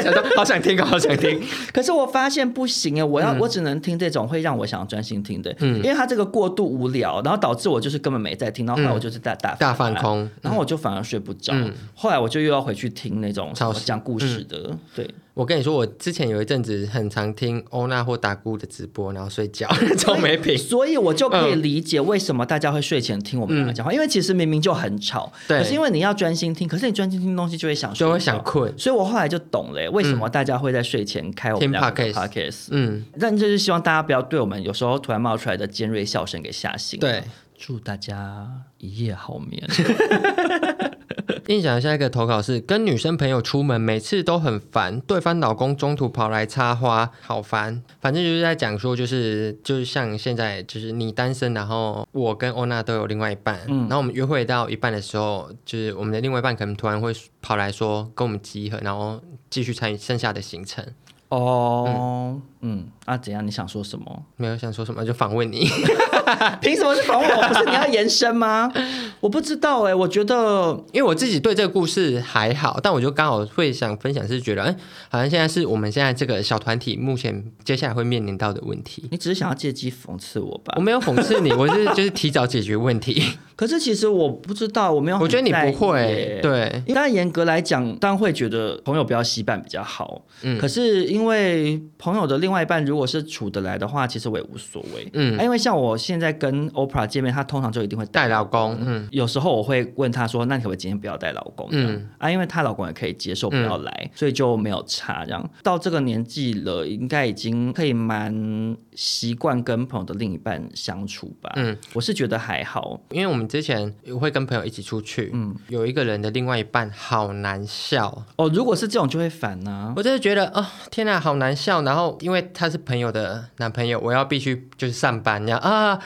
Speaker 3: 想说好想听，好想听，
Speaker 2: 可是我发现不行哎，我要、我只能听这种会让我想要专心听的，
Speaker 3: 嗯
Speaker 2: 因为他这个过度无聊，然后导致我就是根本没在听，然后后来我就是大大
Speaker 3: 大放，空。
Speaker 2: 然后我就反而睡不着，
Speaker 3: 嗯
Speaker 2: 后来我就又要回去听那种什
Speaker 3: 超
Speaker 2: 么
Speaker 3: 时嗯
Speaker 2: 讲故事的，对，
Speaker 3: 我跟你说，我之前有一阵子很常听欧娜或达姑的直播，然后睡觉， 超没品。
Speaker 2: 所以我就可
Speaker 3: 嗯
Speaker 2: 以理解为什么大家会睡前听我们两个讲话，因为其实明明就很吵，
Speaker 3: 对
Speaker 2: 可是因为你要专心听，可是你专心听东西就会想睡
Speaker 3: 就会
Speaker 2: 觉
Speaker 3: 想困
Speaker 2: 所以我后来就懂了欸为什么大家会在睡前开我们
Speaker 3: 听
Speaker 2: 两个的
Speaker 3: podcast
Speaker 2: 嗯 podcast，
Speaker 3: 嗯，
Speaker 2: 但就是希望大家不要对我们有时候突然冒出来的尖锐笑声给吓醒。
Speaker 3: 对，
Speaker 2: 祝大家一夜好 眠。
Speaker 3: 印象下一个投稿是跟女生朋友出门，每次都很烦，对方老公中途跑来插花，好烦。反正就是在讲说，就是就是像现在就是你单身，然后我跟欧娜都有另外一半，然后我们约会到一半的时候，就是我们的另外一半可能突然会跑来说跟我们集合，然后继续参与剩下的行程。
Speaker 2: 哦，嗯，啊，怎样？你想说什么？
Speaker 3: 没有想说什么，就访问你。
Speaker 2: 啊凭什么是访问我？不是你要延伸吗？ 我不知道哎、我觉得
Speaker 3: 因为我自己对这个故事还好，但我就刚好会想分享，是觉得，哎，好像现在是我们现在这个小团体目前接下来会面临到的问 题。
Speaker 2: 你只是想要借机讽刺我吧
Speaker 3: 我。没有讽刺你，我是就是提早解决问题。
Speaker 2: 可是其实我不知道，我 没有很
Speaker 3: 我觉得你
Speaker 2: 在意
Speaker 3: 不会
Speaker 2: 耶，。
Speaker 3: 对，
Speaker 2: 当然，严格来讲，当然会觉得朋友不要洗版比较好。
Speaker 3: 嗯
Speaker 2: 可是因为朋友的另外一半如果是处得来的话，其实我也无所谓。
Speaker 3: 嗯
Speaker 2: 啊因为像我现在跟 OPRA 见面，她通常就一定会带
Speaker 3: 带老公，嗯，
Speaker 2: 有时候我会问她说：“那你可不可以今天不要带老公？”嗯
Speaker 3: 嗯
Speaker 2: 啊，因为她老公也可以接受不要来，所以就没有差。这样到这个年纪了，应该已经可以蛮习惯跟朋友的另一半相处吧。嗯
Speaker 3: 嗯，
Speaker 2: 我是觉得还好。
Speaker 3: 因为我们之前会跟朋友一起出去，嗯，有一个人的另外一半好难笑，
Speaker 2: 哦，如果是这种就会烦啊呐、
Speaker 3: 我真的觉得，哦，天哪，好难笑。然后因为他是朋友的男朋友，我要必须就是上班，这样啊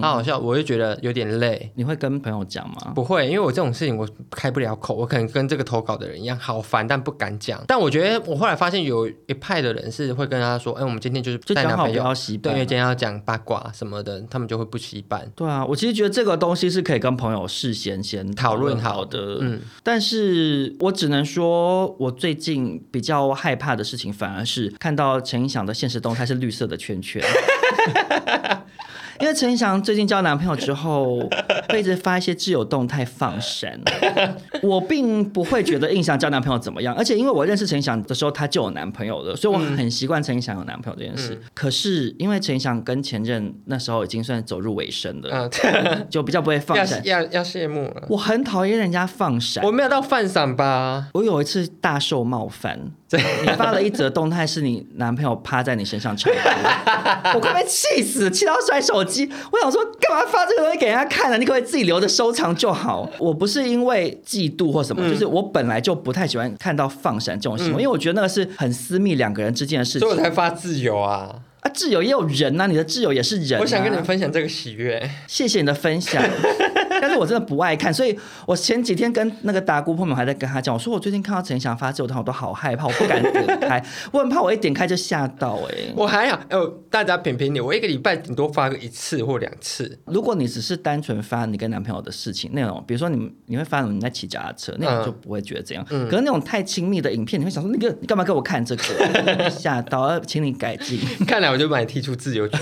Speaker 3: 啊，好好笑，我就觉得有点累。
Speaker 2: 你会跟朋友讲吗？
Speaker 3: 不会，因为我这种事情我开不了口，我可能跟这个投稿的人一样，好烦，但不敢讲。但我觉得我后来发现有一派的人是会跟他说，哎，我们今天就是
Speaker 2: 就
Speaker 3: 带
Speaker 2: 讲
Speaker 3: 男
Speaker 2: 好
Speaker 3: 朋
Speaker 2: 不
Speaker 3: 友，
Speaker 2: 要洗
Speaker 3: 对，
Speaker 2: 版
Speaker 3: 因
Speaker 2: 啊。
Speaker 3: 为今天要讲八卦什么的，他们就会不习版。
Speaker 2: 对啊，我其实觉得这个东西是可以跟朋友事先先
Speaker 3: 讨论好
Speaker 2: 好的，
Speaker 3: 嗯
Speaker 2: 但是我只能说，我最近比较害怕的事情，反而是看到陈映响的现实动态是绿色的圈圈。 因为陈映翔最近交男朋友之后， 会一直发一些挚友动态放闪。 我并不会觉得印象交男朋友怎么样，而且因为我认识陈翔的时候，他就有男朋友了，所以我很习惯陈翔有男朋友这件事。可是因为陈翔跟前任那时候已经算走入尾声了，
Speaker 3: 嗯，
Speaker 2: 就比较不会放
Speaker 3: 要
Speaker 2: 闪。
Speaker 3: 要要谢幕了，
Speaker 2: 我很讨厌人家放闪
Speaker 3: 我。没有到犯闪吧？
Speaker 2: 我有一次大受冒犯，你发了一则动态，是你男朋友趴在你身上唱歌， 我快被气死，气到摔手机。我想说，干嘛发这个东西给人家看呢、你可不可以自己留着收藏就好？我不是因为嫉妒或什
Speaker 3: 嗯
Speaker 2: 么，就是我本来就不太喜欢看到放闪这种行为，因为我觉得那个是很私密两个人之间的事
Speaker 3: 所以我
Speaker 2: 情。
Speaker 3: 才发自由啊。
Speaker 2: 啊，啊，挚友也有人呐、你的挚友也是啊人、
Speaker 3: 我想跟你们，分享这个喜悦。
Speaker 2: 谢谢你的 分享。但是我真的不爱看，所以我前几天跟那个达姑朋友还在跟他讲，我说我最近看到陈翔发这我我都好害怕，我不敢点 开，我很怕我一点开就吓到哎、
Speaker 3: 我还好，呃，大家评评理，我一个礼拜顶多发个一次或两次。
Speaker 2: 如果你只是单纯发你跟男朋友的事情那种，比如说你你会发你在骑脚踏车
Speaker 3: 嗯
Speaker 2: 那种，就不会觉得怎样。可是那种太亲密的影片，你会想说那个你干嘛给我看这个？吓到，呃请你改进。
Speaker 3: 看来我就把你踢出自由 圈，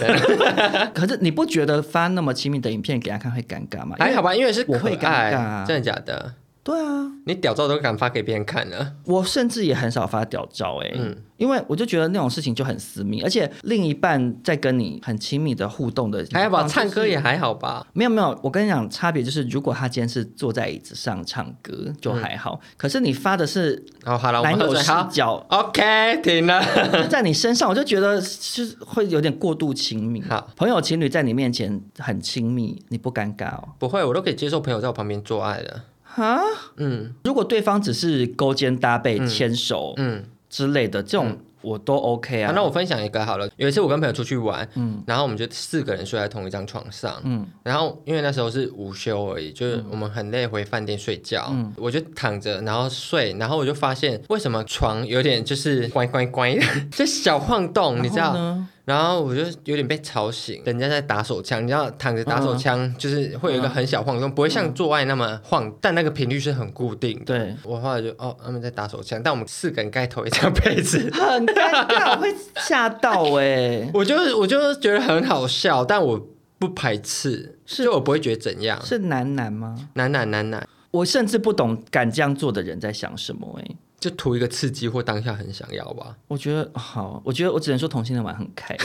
Speaker 2: 可是你不觉得发那么亲密的影片给他看会尴尬吗？因为
Speaker 3: 还好吧？因为是
Speaker 2: 我会
Speaker 3: 可
Speaker 2: 尴尬
Speaker 3: 爱
Speaker 2: 啊，
Speaker 3: 真的假的？
Speaker 2: 对啊，
Speaker 3: 你屌照都敢发给别人看了，
Speaker 2: 我甚至也很少发屌照哎、
Speaker 3: 嗯
Speaker 2: 因为我就觉得那种事情就很私密，而且另一半在跟你很亲密的互动的情况，
Speaker 3: 还好吧？
Speaker 2: 就是
Speaker 3: 唱歌也还好吧？
Speaker 2: 没有没有，我跟你讲，差别就是，如果他今天是坐在椅子上唱歌就还好，
Speaker 3: 嗯
Speaker 2: 可是你发的是
Speaker 3: 哦好，好了，我
Speaker 2: 男
Speaker 3: 们喝
Speaker 2: 友
Speaker 3: 水
Speaker 2: 视
Speaker 3: 好
Speaker 2: 角
Speaker 3: ，OK，停了。
Speaker 2: 就在你身上，我就觉得是会有点过度亲密
Speaker 3: 好。
Speaker 2: 朋友情侣在你面前很亲密，你不尴尬哦？
Speaker 3: 不会，我都可以接受朋友在我旁边做爱的。
Speaker 2: 哈，
Speaker 3: 嗯
Speaker 2: 如果对方只是勾肩搭背、牵手
Speaker 3: 嗯，
Speaker 2: 之类的，这种我都 OK 啊。嗯
Speaker 3: 啊，那我分享一个好了。有一次我跟朋友出去玩，然后我们就四个人睡在同一张床上，然后因为那时候是午休而已，就是
Speaker 2: 嗯
Speaker 3: 我们很累，回饭店睡觉，我就躺着然后睡，然后我就发现为什么床有点就是乖乖乖的， 就小晃动，你知
Speaker 2: 然
Speaker 3: 道
Speaker 2: 后。呢？
Speaker 3: 然后我就有点被吵醒，人家在打手枪，你知道躺着打手枪就是会有一个很小晃动，不会像做爱那么晃，但那个频率是很固定的。
Speaker 2: 对，
Speaker 3: 我后来就哦，他们在打手枪，但我们四个人盖同一张被子，
Speaker 2: 很尴尬，我会吓到哎、
Speaker 3: 我就我就觉得很好笑，但我不排斥，
Speaker 2: 是
Speaker 3: 就我不会觉得怎样。
Speaker 2: 是男男吗？
Speaker 3: 难难难难，
Speaker 2: 我甚至不懂敢这样做的人在想什么哎、
Speaker 3: 就图一个刺激或当下很想要吧。
Speaker 2: 我觉得好，我觉得我只能说同性恋玩很开，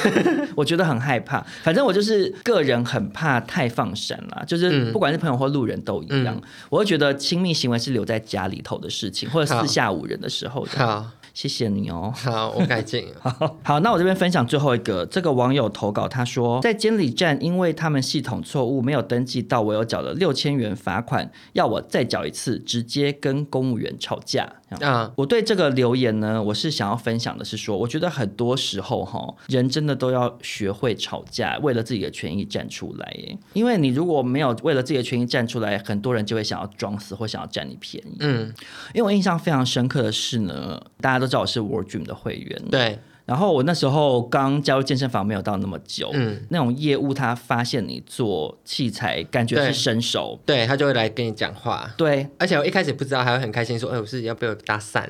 Speaker 2: 我觉得很害怕。反正我就是个人很怕太放闪啦，就是
Speaker 3: 嗯
Speaker 2: 不管是朋友或路人都一样，我会觉得亲密行为是留在家里头的事情，或者
Speaker 3: 好
Speaker 2: 四下无人的时候的。
Speaker 3: 好
Speaker 2: 谢谢你哦。
Speaker 3: 好，我改进了。
Speaker 2: 好 好，那我这边分享最后一个，这个网友投稿，他说在监理站，因为他们系统错误没有登记到我有缴了六千元罚款，要我再缴一次，直接跟公务员吵架。这样
Speaker 3: 啊，
Speaker 2: 我对这个留言呢，我是想要分享的是说，我觉得很多时候哈，人真的都要学会吵架，为了自己的权益站出来耶。因为你如果没有为了自己的权益站出来，很多人就会想要装死或想要占你便宜。
Speaker 3: 嗯，
Speaker 2: 因为我印象非常深刻的是呢，大家都知道我是 World Dream 的会员，
Speaker 3: 对，
Speaker 2: 然后我那时候刚加入健身房没有到那么久，
Speaker 3: 嗯，
Speaker 2: 那种业务他发现你做器材，感觉
Speaker 3: 对
Speaker 2: 是伸手，
Speaker 3: 对他就会来跟你讲话，
Speaker 2: 对
Speaker 3: 而且我一开始不知道，还会很开心说，哎、我是要被我搭讪。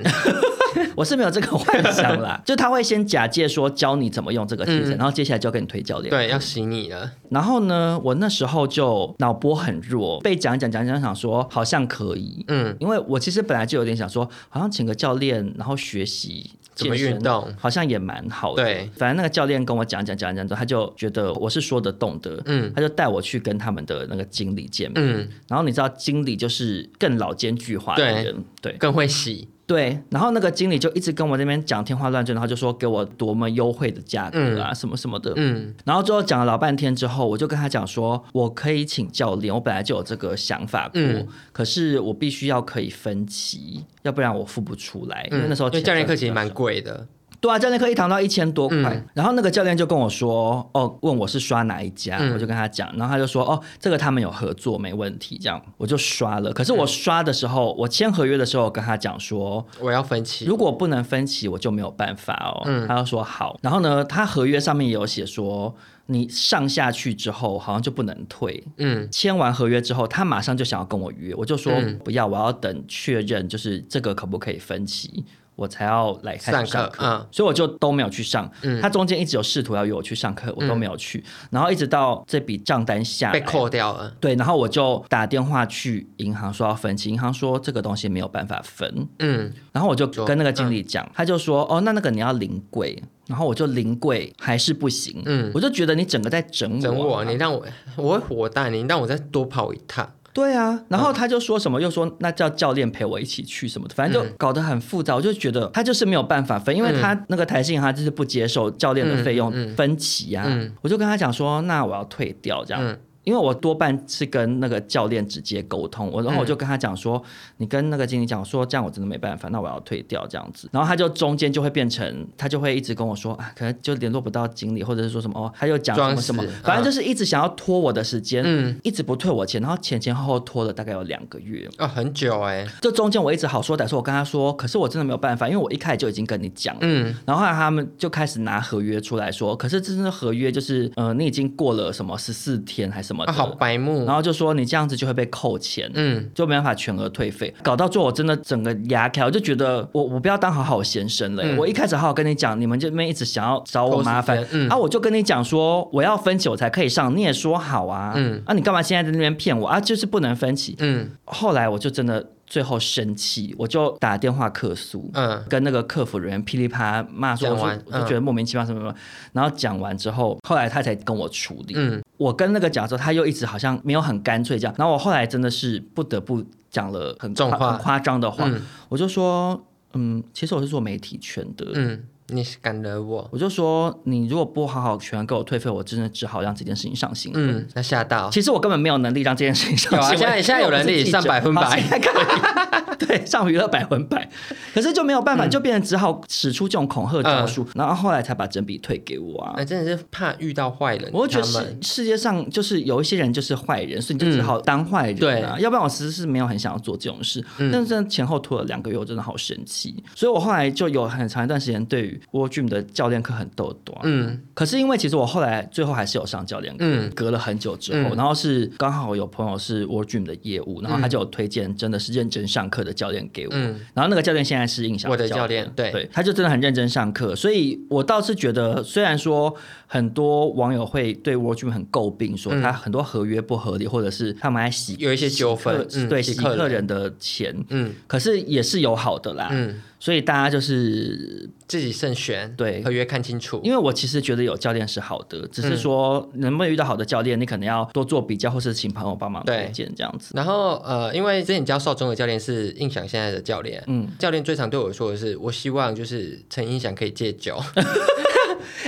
Speaker 2: 我是没有这个幻想啦，就他会先假借说教你怎么用这个器材，
Speaker 3: 嗯
Speaker 2: 然后接下来就要跟你推教练。
Speaker 3: 对，要洗你了。
Speaker 2: 然后呢，我那时候就脑波很弱，被讲一讲讲一讲想说好像可以，
Speaker 3: 嗯，
Speaker 2: 因为我其实本来就有点想说，好像请个教练，然后学习
Speaker 3: 怎么
Speaker 2: 健身
Speaker 3: 运动
Speaker 2: 好像也蛮好的。
Speaker 3: 嗯对，
Speaker 2: 反正那个教练跟我讲讲讲讲之后，他就觉得我是说得动的，
Speaker 3: 嗯
Speaker 2: 他就带我去跟他们的那个经理见面。
Speaker 3: 嗯，
Speaker 2: 然后你知道，经理就是更老奸巨猾的
Speaker 3: 对
Speaker 2: 人，对
Speaker 3: 更会洗。
Speaker 2: 对，然后那个经理就一直跟我那边讲天花乱坠，然后就说给我多么优惠的价格啊，什么什么的。
Speaker 3: 嗯
Speaker 2: 然后最后讲了老半天之后，我就跟他讲说，我可以请教练，我本来就有这个想法过，
Speaker 3: 嗯
Speaker 2: 可是我必须要可以分期，要不然我付不出来。因为
Speaker 3: 嗯，
Speaker 2: 那时候
Speaker 3: 因为教练课其实
Speaker 2: 钱
Speaker 3: 蛮贵的。
Speaker 2: 对啊，教练课一堂都要一千多块。
Speaker 3: 嗯
Speaker 2: 然后那个教练就跟我说，哦，问我是刷哪一家，
Speaker 3: 嗯
Speaker 2: 我就跟他讲，然后他就说，哦，这个他们有合作，没问题，这样我就刷了。可是
Speaker 3: 嗯
Speaker 2: 我刷的时候，我签合约的时候，我跟他讲说，
Speaker 3: 我要分期。
Speaker 2: 如果不能分期，我就没有办法哦。
Speaker 3: 嗯
Speaker 2: 他就说好，然后呢，他合约上面也有写说，你上下去之后好像就不能退。
Speaker 3: 嗯
Speaker 2: 签完合约之后，他马上就想要跟我约，我就说
Speaker 3: 嗯
Speaker 2: 不要，我要等确认，就是这个可不可以分期，我才要来开始
Speaker 3: 上
Speaker 2: 上
Speaker 3: 课
Speaker 2: 课。
Speaker 3: 嗯
Speaker 2: 所以我就都没有去上。
Speaker 3: 嗯
Speaker 2: 他中间一直有试图要约我去上课，我都没有去。然后一直到这笔账单下来
Speaker 3: 被扣掉了。
Speaker 2: 对，然后我就打电话去银行说要分期，银行说这个东西没有办法分。
Speaker 3: 嗯，
Speaker 2: 然后我就
Speaker 3: 说嗯
Speaker 2: 跟那个经理讲，他就说：“哦，那那个你要临柜。”然后我就临柜还是不行，
Speaker 3: 嗯
Speaker 2: 我就觉得你整个在整我啊，
Speaker 3: 整我，你让我我会火大，你让我再多跑一趟。
Speaker 2: 对啊。
Speaker 3: 嗯
Speaker 2: 然后他就说什么，又说那叫教练陪我一起去什么的，反
Speaker 3: 嗯
Speaker 2: 正就搞得很复杂。我就觉得他就是没有办法分，因为他那个台信他就是不接受教练的费用
Speaker 3: 嗯嗯
Speaker 2: 分期啊。
Speaker 3: 嗯
Speaker 2: 我就跟他讲说，那我要退掉这样。
Speaker 3: 嗯
Speaker 2: 因为我多半是跟那个教练直接沟通，我然后
Speaker 3: 嗯
Speaker 2: 我就跟他讲说，你跟那个经理讲说，这样我真的没办法，那我要退掉这样子。然后他就中间就会变成，他就会一直跟我说啊，可能就联络不到经理，或者是说什么哦，他又讲什
Speaker 3: 装
Speaker 2: 么什么
Speaker 3: 死，
Speaker 2: 反正
Speaker 3: 嗯
Speaker 2: 就是一直想要拖我的时间，
Speaker 3: 嗯
Speaker 2: 一直不退我钱，然后前前后后拖了大概有两个月。
Speaker 3: 啊，很久哎、
Speaker 2: 这中间我一直好说歹说，我跟他说，可是我真的没有办法，因为我一开始就已经跟你讲了。
Speaker 3: 嗯，
Speaker 2: 然后后来他们就开始拿合约出来说，可是这份合约就是，呃，你已经过了什么十四天还什么
Speaker 3: 啊，
Speaker 2: 的，
Speaker 3: 好白目
Speaker 2: 然，后就说你这样子就会被扣钱，
Speaker 3: 嗯，
Speaker 2: 就没办法全额退费。搞到最后，我真的整个牙开，我就觉得我我不要当好好先生了、
Speaker 3: 嗯
Speaker 2: 我一开始好好跟你讲，你们这边一直想要找我麻
Speaker 3: 偷
Speaker 2: 烦
Speaker 3: 时，间嗯
Speaker 2: 啊，我就跟你讲说我要分期我才可以上，你也说好啊，
Speaker 3: 嗯
Speaker 2: 啊，你干嘛现在在那边骗我啊？就是不能分期。
Speaker 3: 嗯
Speaker 2: 后来我就真的最后生气，我就打电话客诉，
Speaker 3: 嗯，
Speaker 2: 跟那个客服人员噼里啪啦骂说，我
Speaker 3: 讲
Speaker 2: 说
Speaker 3: 完嗯
Speaker 2: 我就觉得莫名其妙什么什么，然后讲完之后，后来他才跟我处理。
Speaker 3: 嗯，
Speaker 2: 我跟那个讲之后，他又一直好像没有很干脆这样，然后我后来真的是不得不讲了很
Speaker 3: 重
Speaker 2: 夸
Speaker 3: 话
Speaker 2: 很夸张的话，
Speaker 3: 嗯
Speaker 2: 我就说，嗯，其实我是做媒体圈的，
Speaker 3: 嗯，你是敢惹我？
Speaker 2: 我就说你如果不好好全给我退费，我真的只好让这件事情上新闻。
Speaker 3: 嗯，那吓 到。
Speaker 2: 其实我根本没有能力让这件事情上新
Speaker 3: 有啊
Speaker 2: 闻。
Speaker 3: 现在现在有能力
Speaker 2: 因为我不是记者
Speaker 3: 上百分百
Speaker 2: 好现在看 对，上娱乐百分百。可是就没有办
Speaker 3: 嗯
Speaker 2: 法，就变成只好使出这种恐吓招数，然后后来才把整笔退给我啊
Speaker 3: 哎、。真的是怕遇到坏人，
Speaker 2: 我就觉得
Speaker 3: 他
Speaker 2: 世
Speaker 3: 们嗯
Speaker 2: 世界上就是有一些人就是坏人，所以你就只好当坏人啊。要不然我其实是没有很想要做这种事，
Speaker 3: 嗯
Speaker 2: 但是真的前后拖了两个月，我真的好生气。所以我后来就有很长一段时间对于 w o r Dream 的教练课很斗多。
Speaker 3: 嗯
Speaker 2: 可是因为其实我后来最后还是有上教练课，
Speaker 3: 嗯
Speaker 2: 隔了很久之后，
Speaker 3: 嗯
Speaker 2: 然后是刚好有朋友是 w o r Dream 的业务，然后他就有推荐真的是认真上课的教练给我，
Speaker 3: 嗯
Speaker 2: 然后那个教练现在是印象
Speaker 3: 我的教练对
Speaker 2: 他就真的很认真上课，所以我倒是觉得，虽然说很多网友会对 w o r Dream 很诟病，说他很多合约不合理，或者是他们还洗
Speaker 3: 嗯有一些纠纷
Speaker 2: 洗客
Speaker 3: 嗯
Speaker 2: 对
Speaker 3: 洗
Speaker 2: 洗
Speaker 3: 客人
Speaker 2: 客人的钱，
Speaker 3: 嗯
Speaker 2: 可是也是有好的啦，
Speaker 3: 嗯，
Speaker 2: 所以大家就是
Speaker 3: 自己慎选，
Speaker 2: 啊对
Speaker 3: 合约看清楚
Speaker 2: 因。为我其实觉得有教练是好的，只是
Speaker 3: 嗯
Speaker 2: 说能不能遇到好的教练，你可能要多做比较，或是请朋友帮忙
Speaker 3: 对
Speaker 2: 推荐这样子。
Speaker 3: 然后呃，因为之前教少中的教练是印象现在的教练，
Speaker 2: 嗯
Speaker 3: 嗯，教练最常对我说的是，我希望就是陈印象可以戒酒，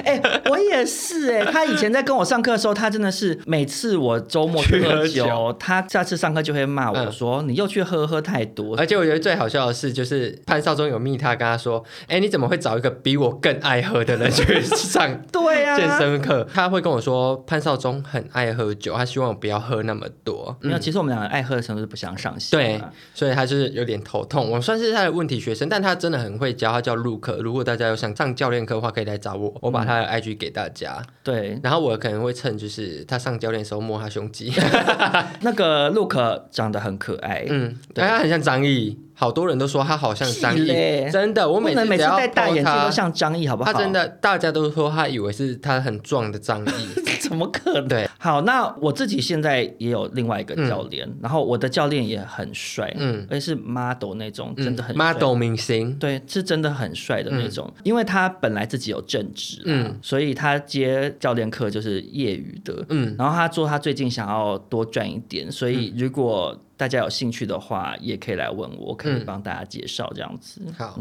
Speaker 2: 哎、 我也是哎、他以前在跟我上课的时候，他真的是每次我周末去
Speaker 3: 去
Speaker 2: 喝
Speaker 3: 喝
Speaker 2: 酒，他下次上课就会骂我
Speaker 3: 嗯
Speaker 2: 说：“你又去喝喝太多。
Speaker 3: 而且我觉得最好笑的是，就是潘少忠有密他跟他说：“哎、你怎么会找一个比我更爱喝的人去上
Speaker 2: 对啊
Speaker 3: 健
Speaker 2: 呀、
Speaker 3: 身课？”他会跟我说，潘少忠很爱喝酒，他希望我不要喝那么多。
Speaker 2: 没有，其实我们两个爱喝的程度嗯是不啊相上下。
Speaker 3: 对，所以他就是有点头痛。我算是他的问题学生，但他真的很会教，他叫陆克。如果大家有想上教练课的话，可以来找我，我
Speaker 2: 嗯
Speaker 3: 把他的 IG 给大家。
Speaker 2: 对，
Speaker 3: 然后我可能会趁就是他上教练的时候摸他胸肌，
Speaker 2: 那个 Look 长得很可爱，
Speaker 3: 嗯，对，他很像张译，好多人都说他好像张
Speaker 2: 屁
Speaker 3: 译
Speaker 2: 嘞，
Speaker 3: 真的，我
Speaker 2: 不
Speaker 3: 每次
Speaker 2: 能每
Speaker 3: 只
Speaker 2: 次
Speaker 3: 要
Speaker 2: 戴大
Speaker 3: po
Speaker 2: 眼镜
Speaker 3: 他
Speaker 2: 都像张译，好不好？
Speaker 3: 他真的，大家都说他以为是他很壮的张毅。
Speaker 2: 怎么可能？
Speaker 3: 对，
Speaker 2: 好，那我自己现在也有另外一个教练，然后我的教练也很帅，嗯
Speaker 3: 嗯，
Speaker 2: 而且是 model 那种， 真的很帅
Speaker 3: model 明星，
Speaker 2: 对，是真的很帅的那种，因为他本来自己有正职，嗯
Speaker 3: 嗯，
Speaker 2: 所以他接教练课就是业余的，嗯
Speaker 3: 嗯，
Speaker 2: 然后他说他最近想要多赚一点，所以如果大家有兴趣的话，也可以来问我，我
Speaker 3: 嗯
Speaker 2: 可以帮大家介绍这样子。
Speaker 3: 好，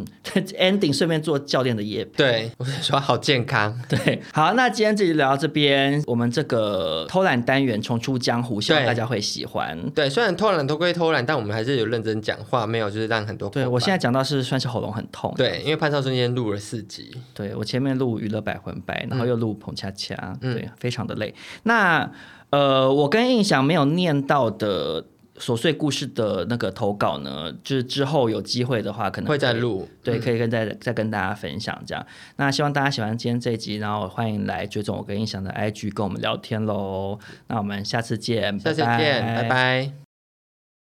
Speaker 2: ending 顺便做教练 的业配。
Speaker 3: 对我想说好健康，
Speaker 2: 对，好，那今天这集聊到这边，我们这个偷懒单元重出江湖，希望
Speaker 3: 对
Speaker 2: 大家会喜欢。
Speaker 3: 对，虽然偷懒都归偷懒，但我们还是有认真讲话，没有就是让很多
Speaker 2: 对
Speaker 3: 口
Speaker 2: 我
Speaker 3: 白
Speaker 2: 现在讲到是算是喉咙很痛，
Speaker 3: 对，因为潘少忠今天录了四集，
Speaker 2: 对我前面录娱乐百分百，然后又录彭恰恰，对，非常的累。那呃，我跟印象没有念到的琐碎故事的那个投稿呢，就是之后有机会的话，可能
Speaker 3: 会再
Speaker 2: 可以。
Speaker 3: 录，
Speaker 2: 对，可以跟再再跟大家分享这样。那希望大家喜欢今天这一集，然后欢迎来追踪我跟印象的 IG，跟我们聊天喽。那我们下次见，
Speaker 3: 下次见，拜拜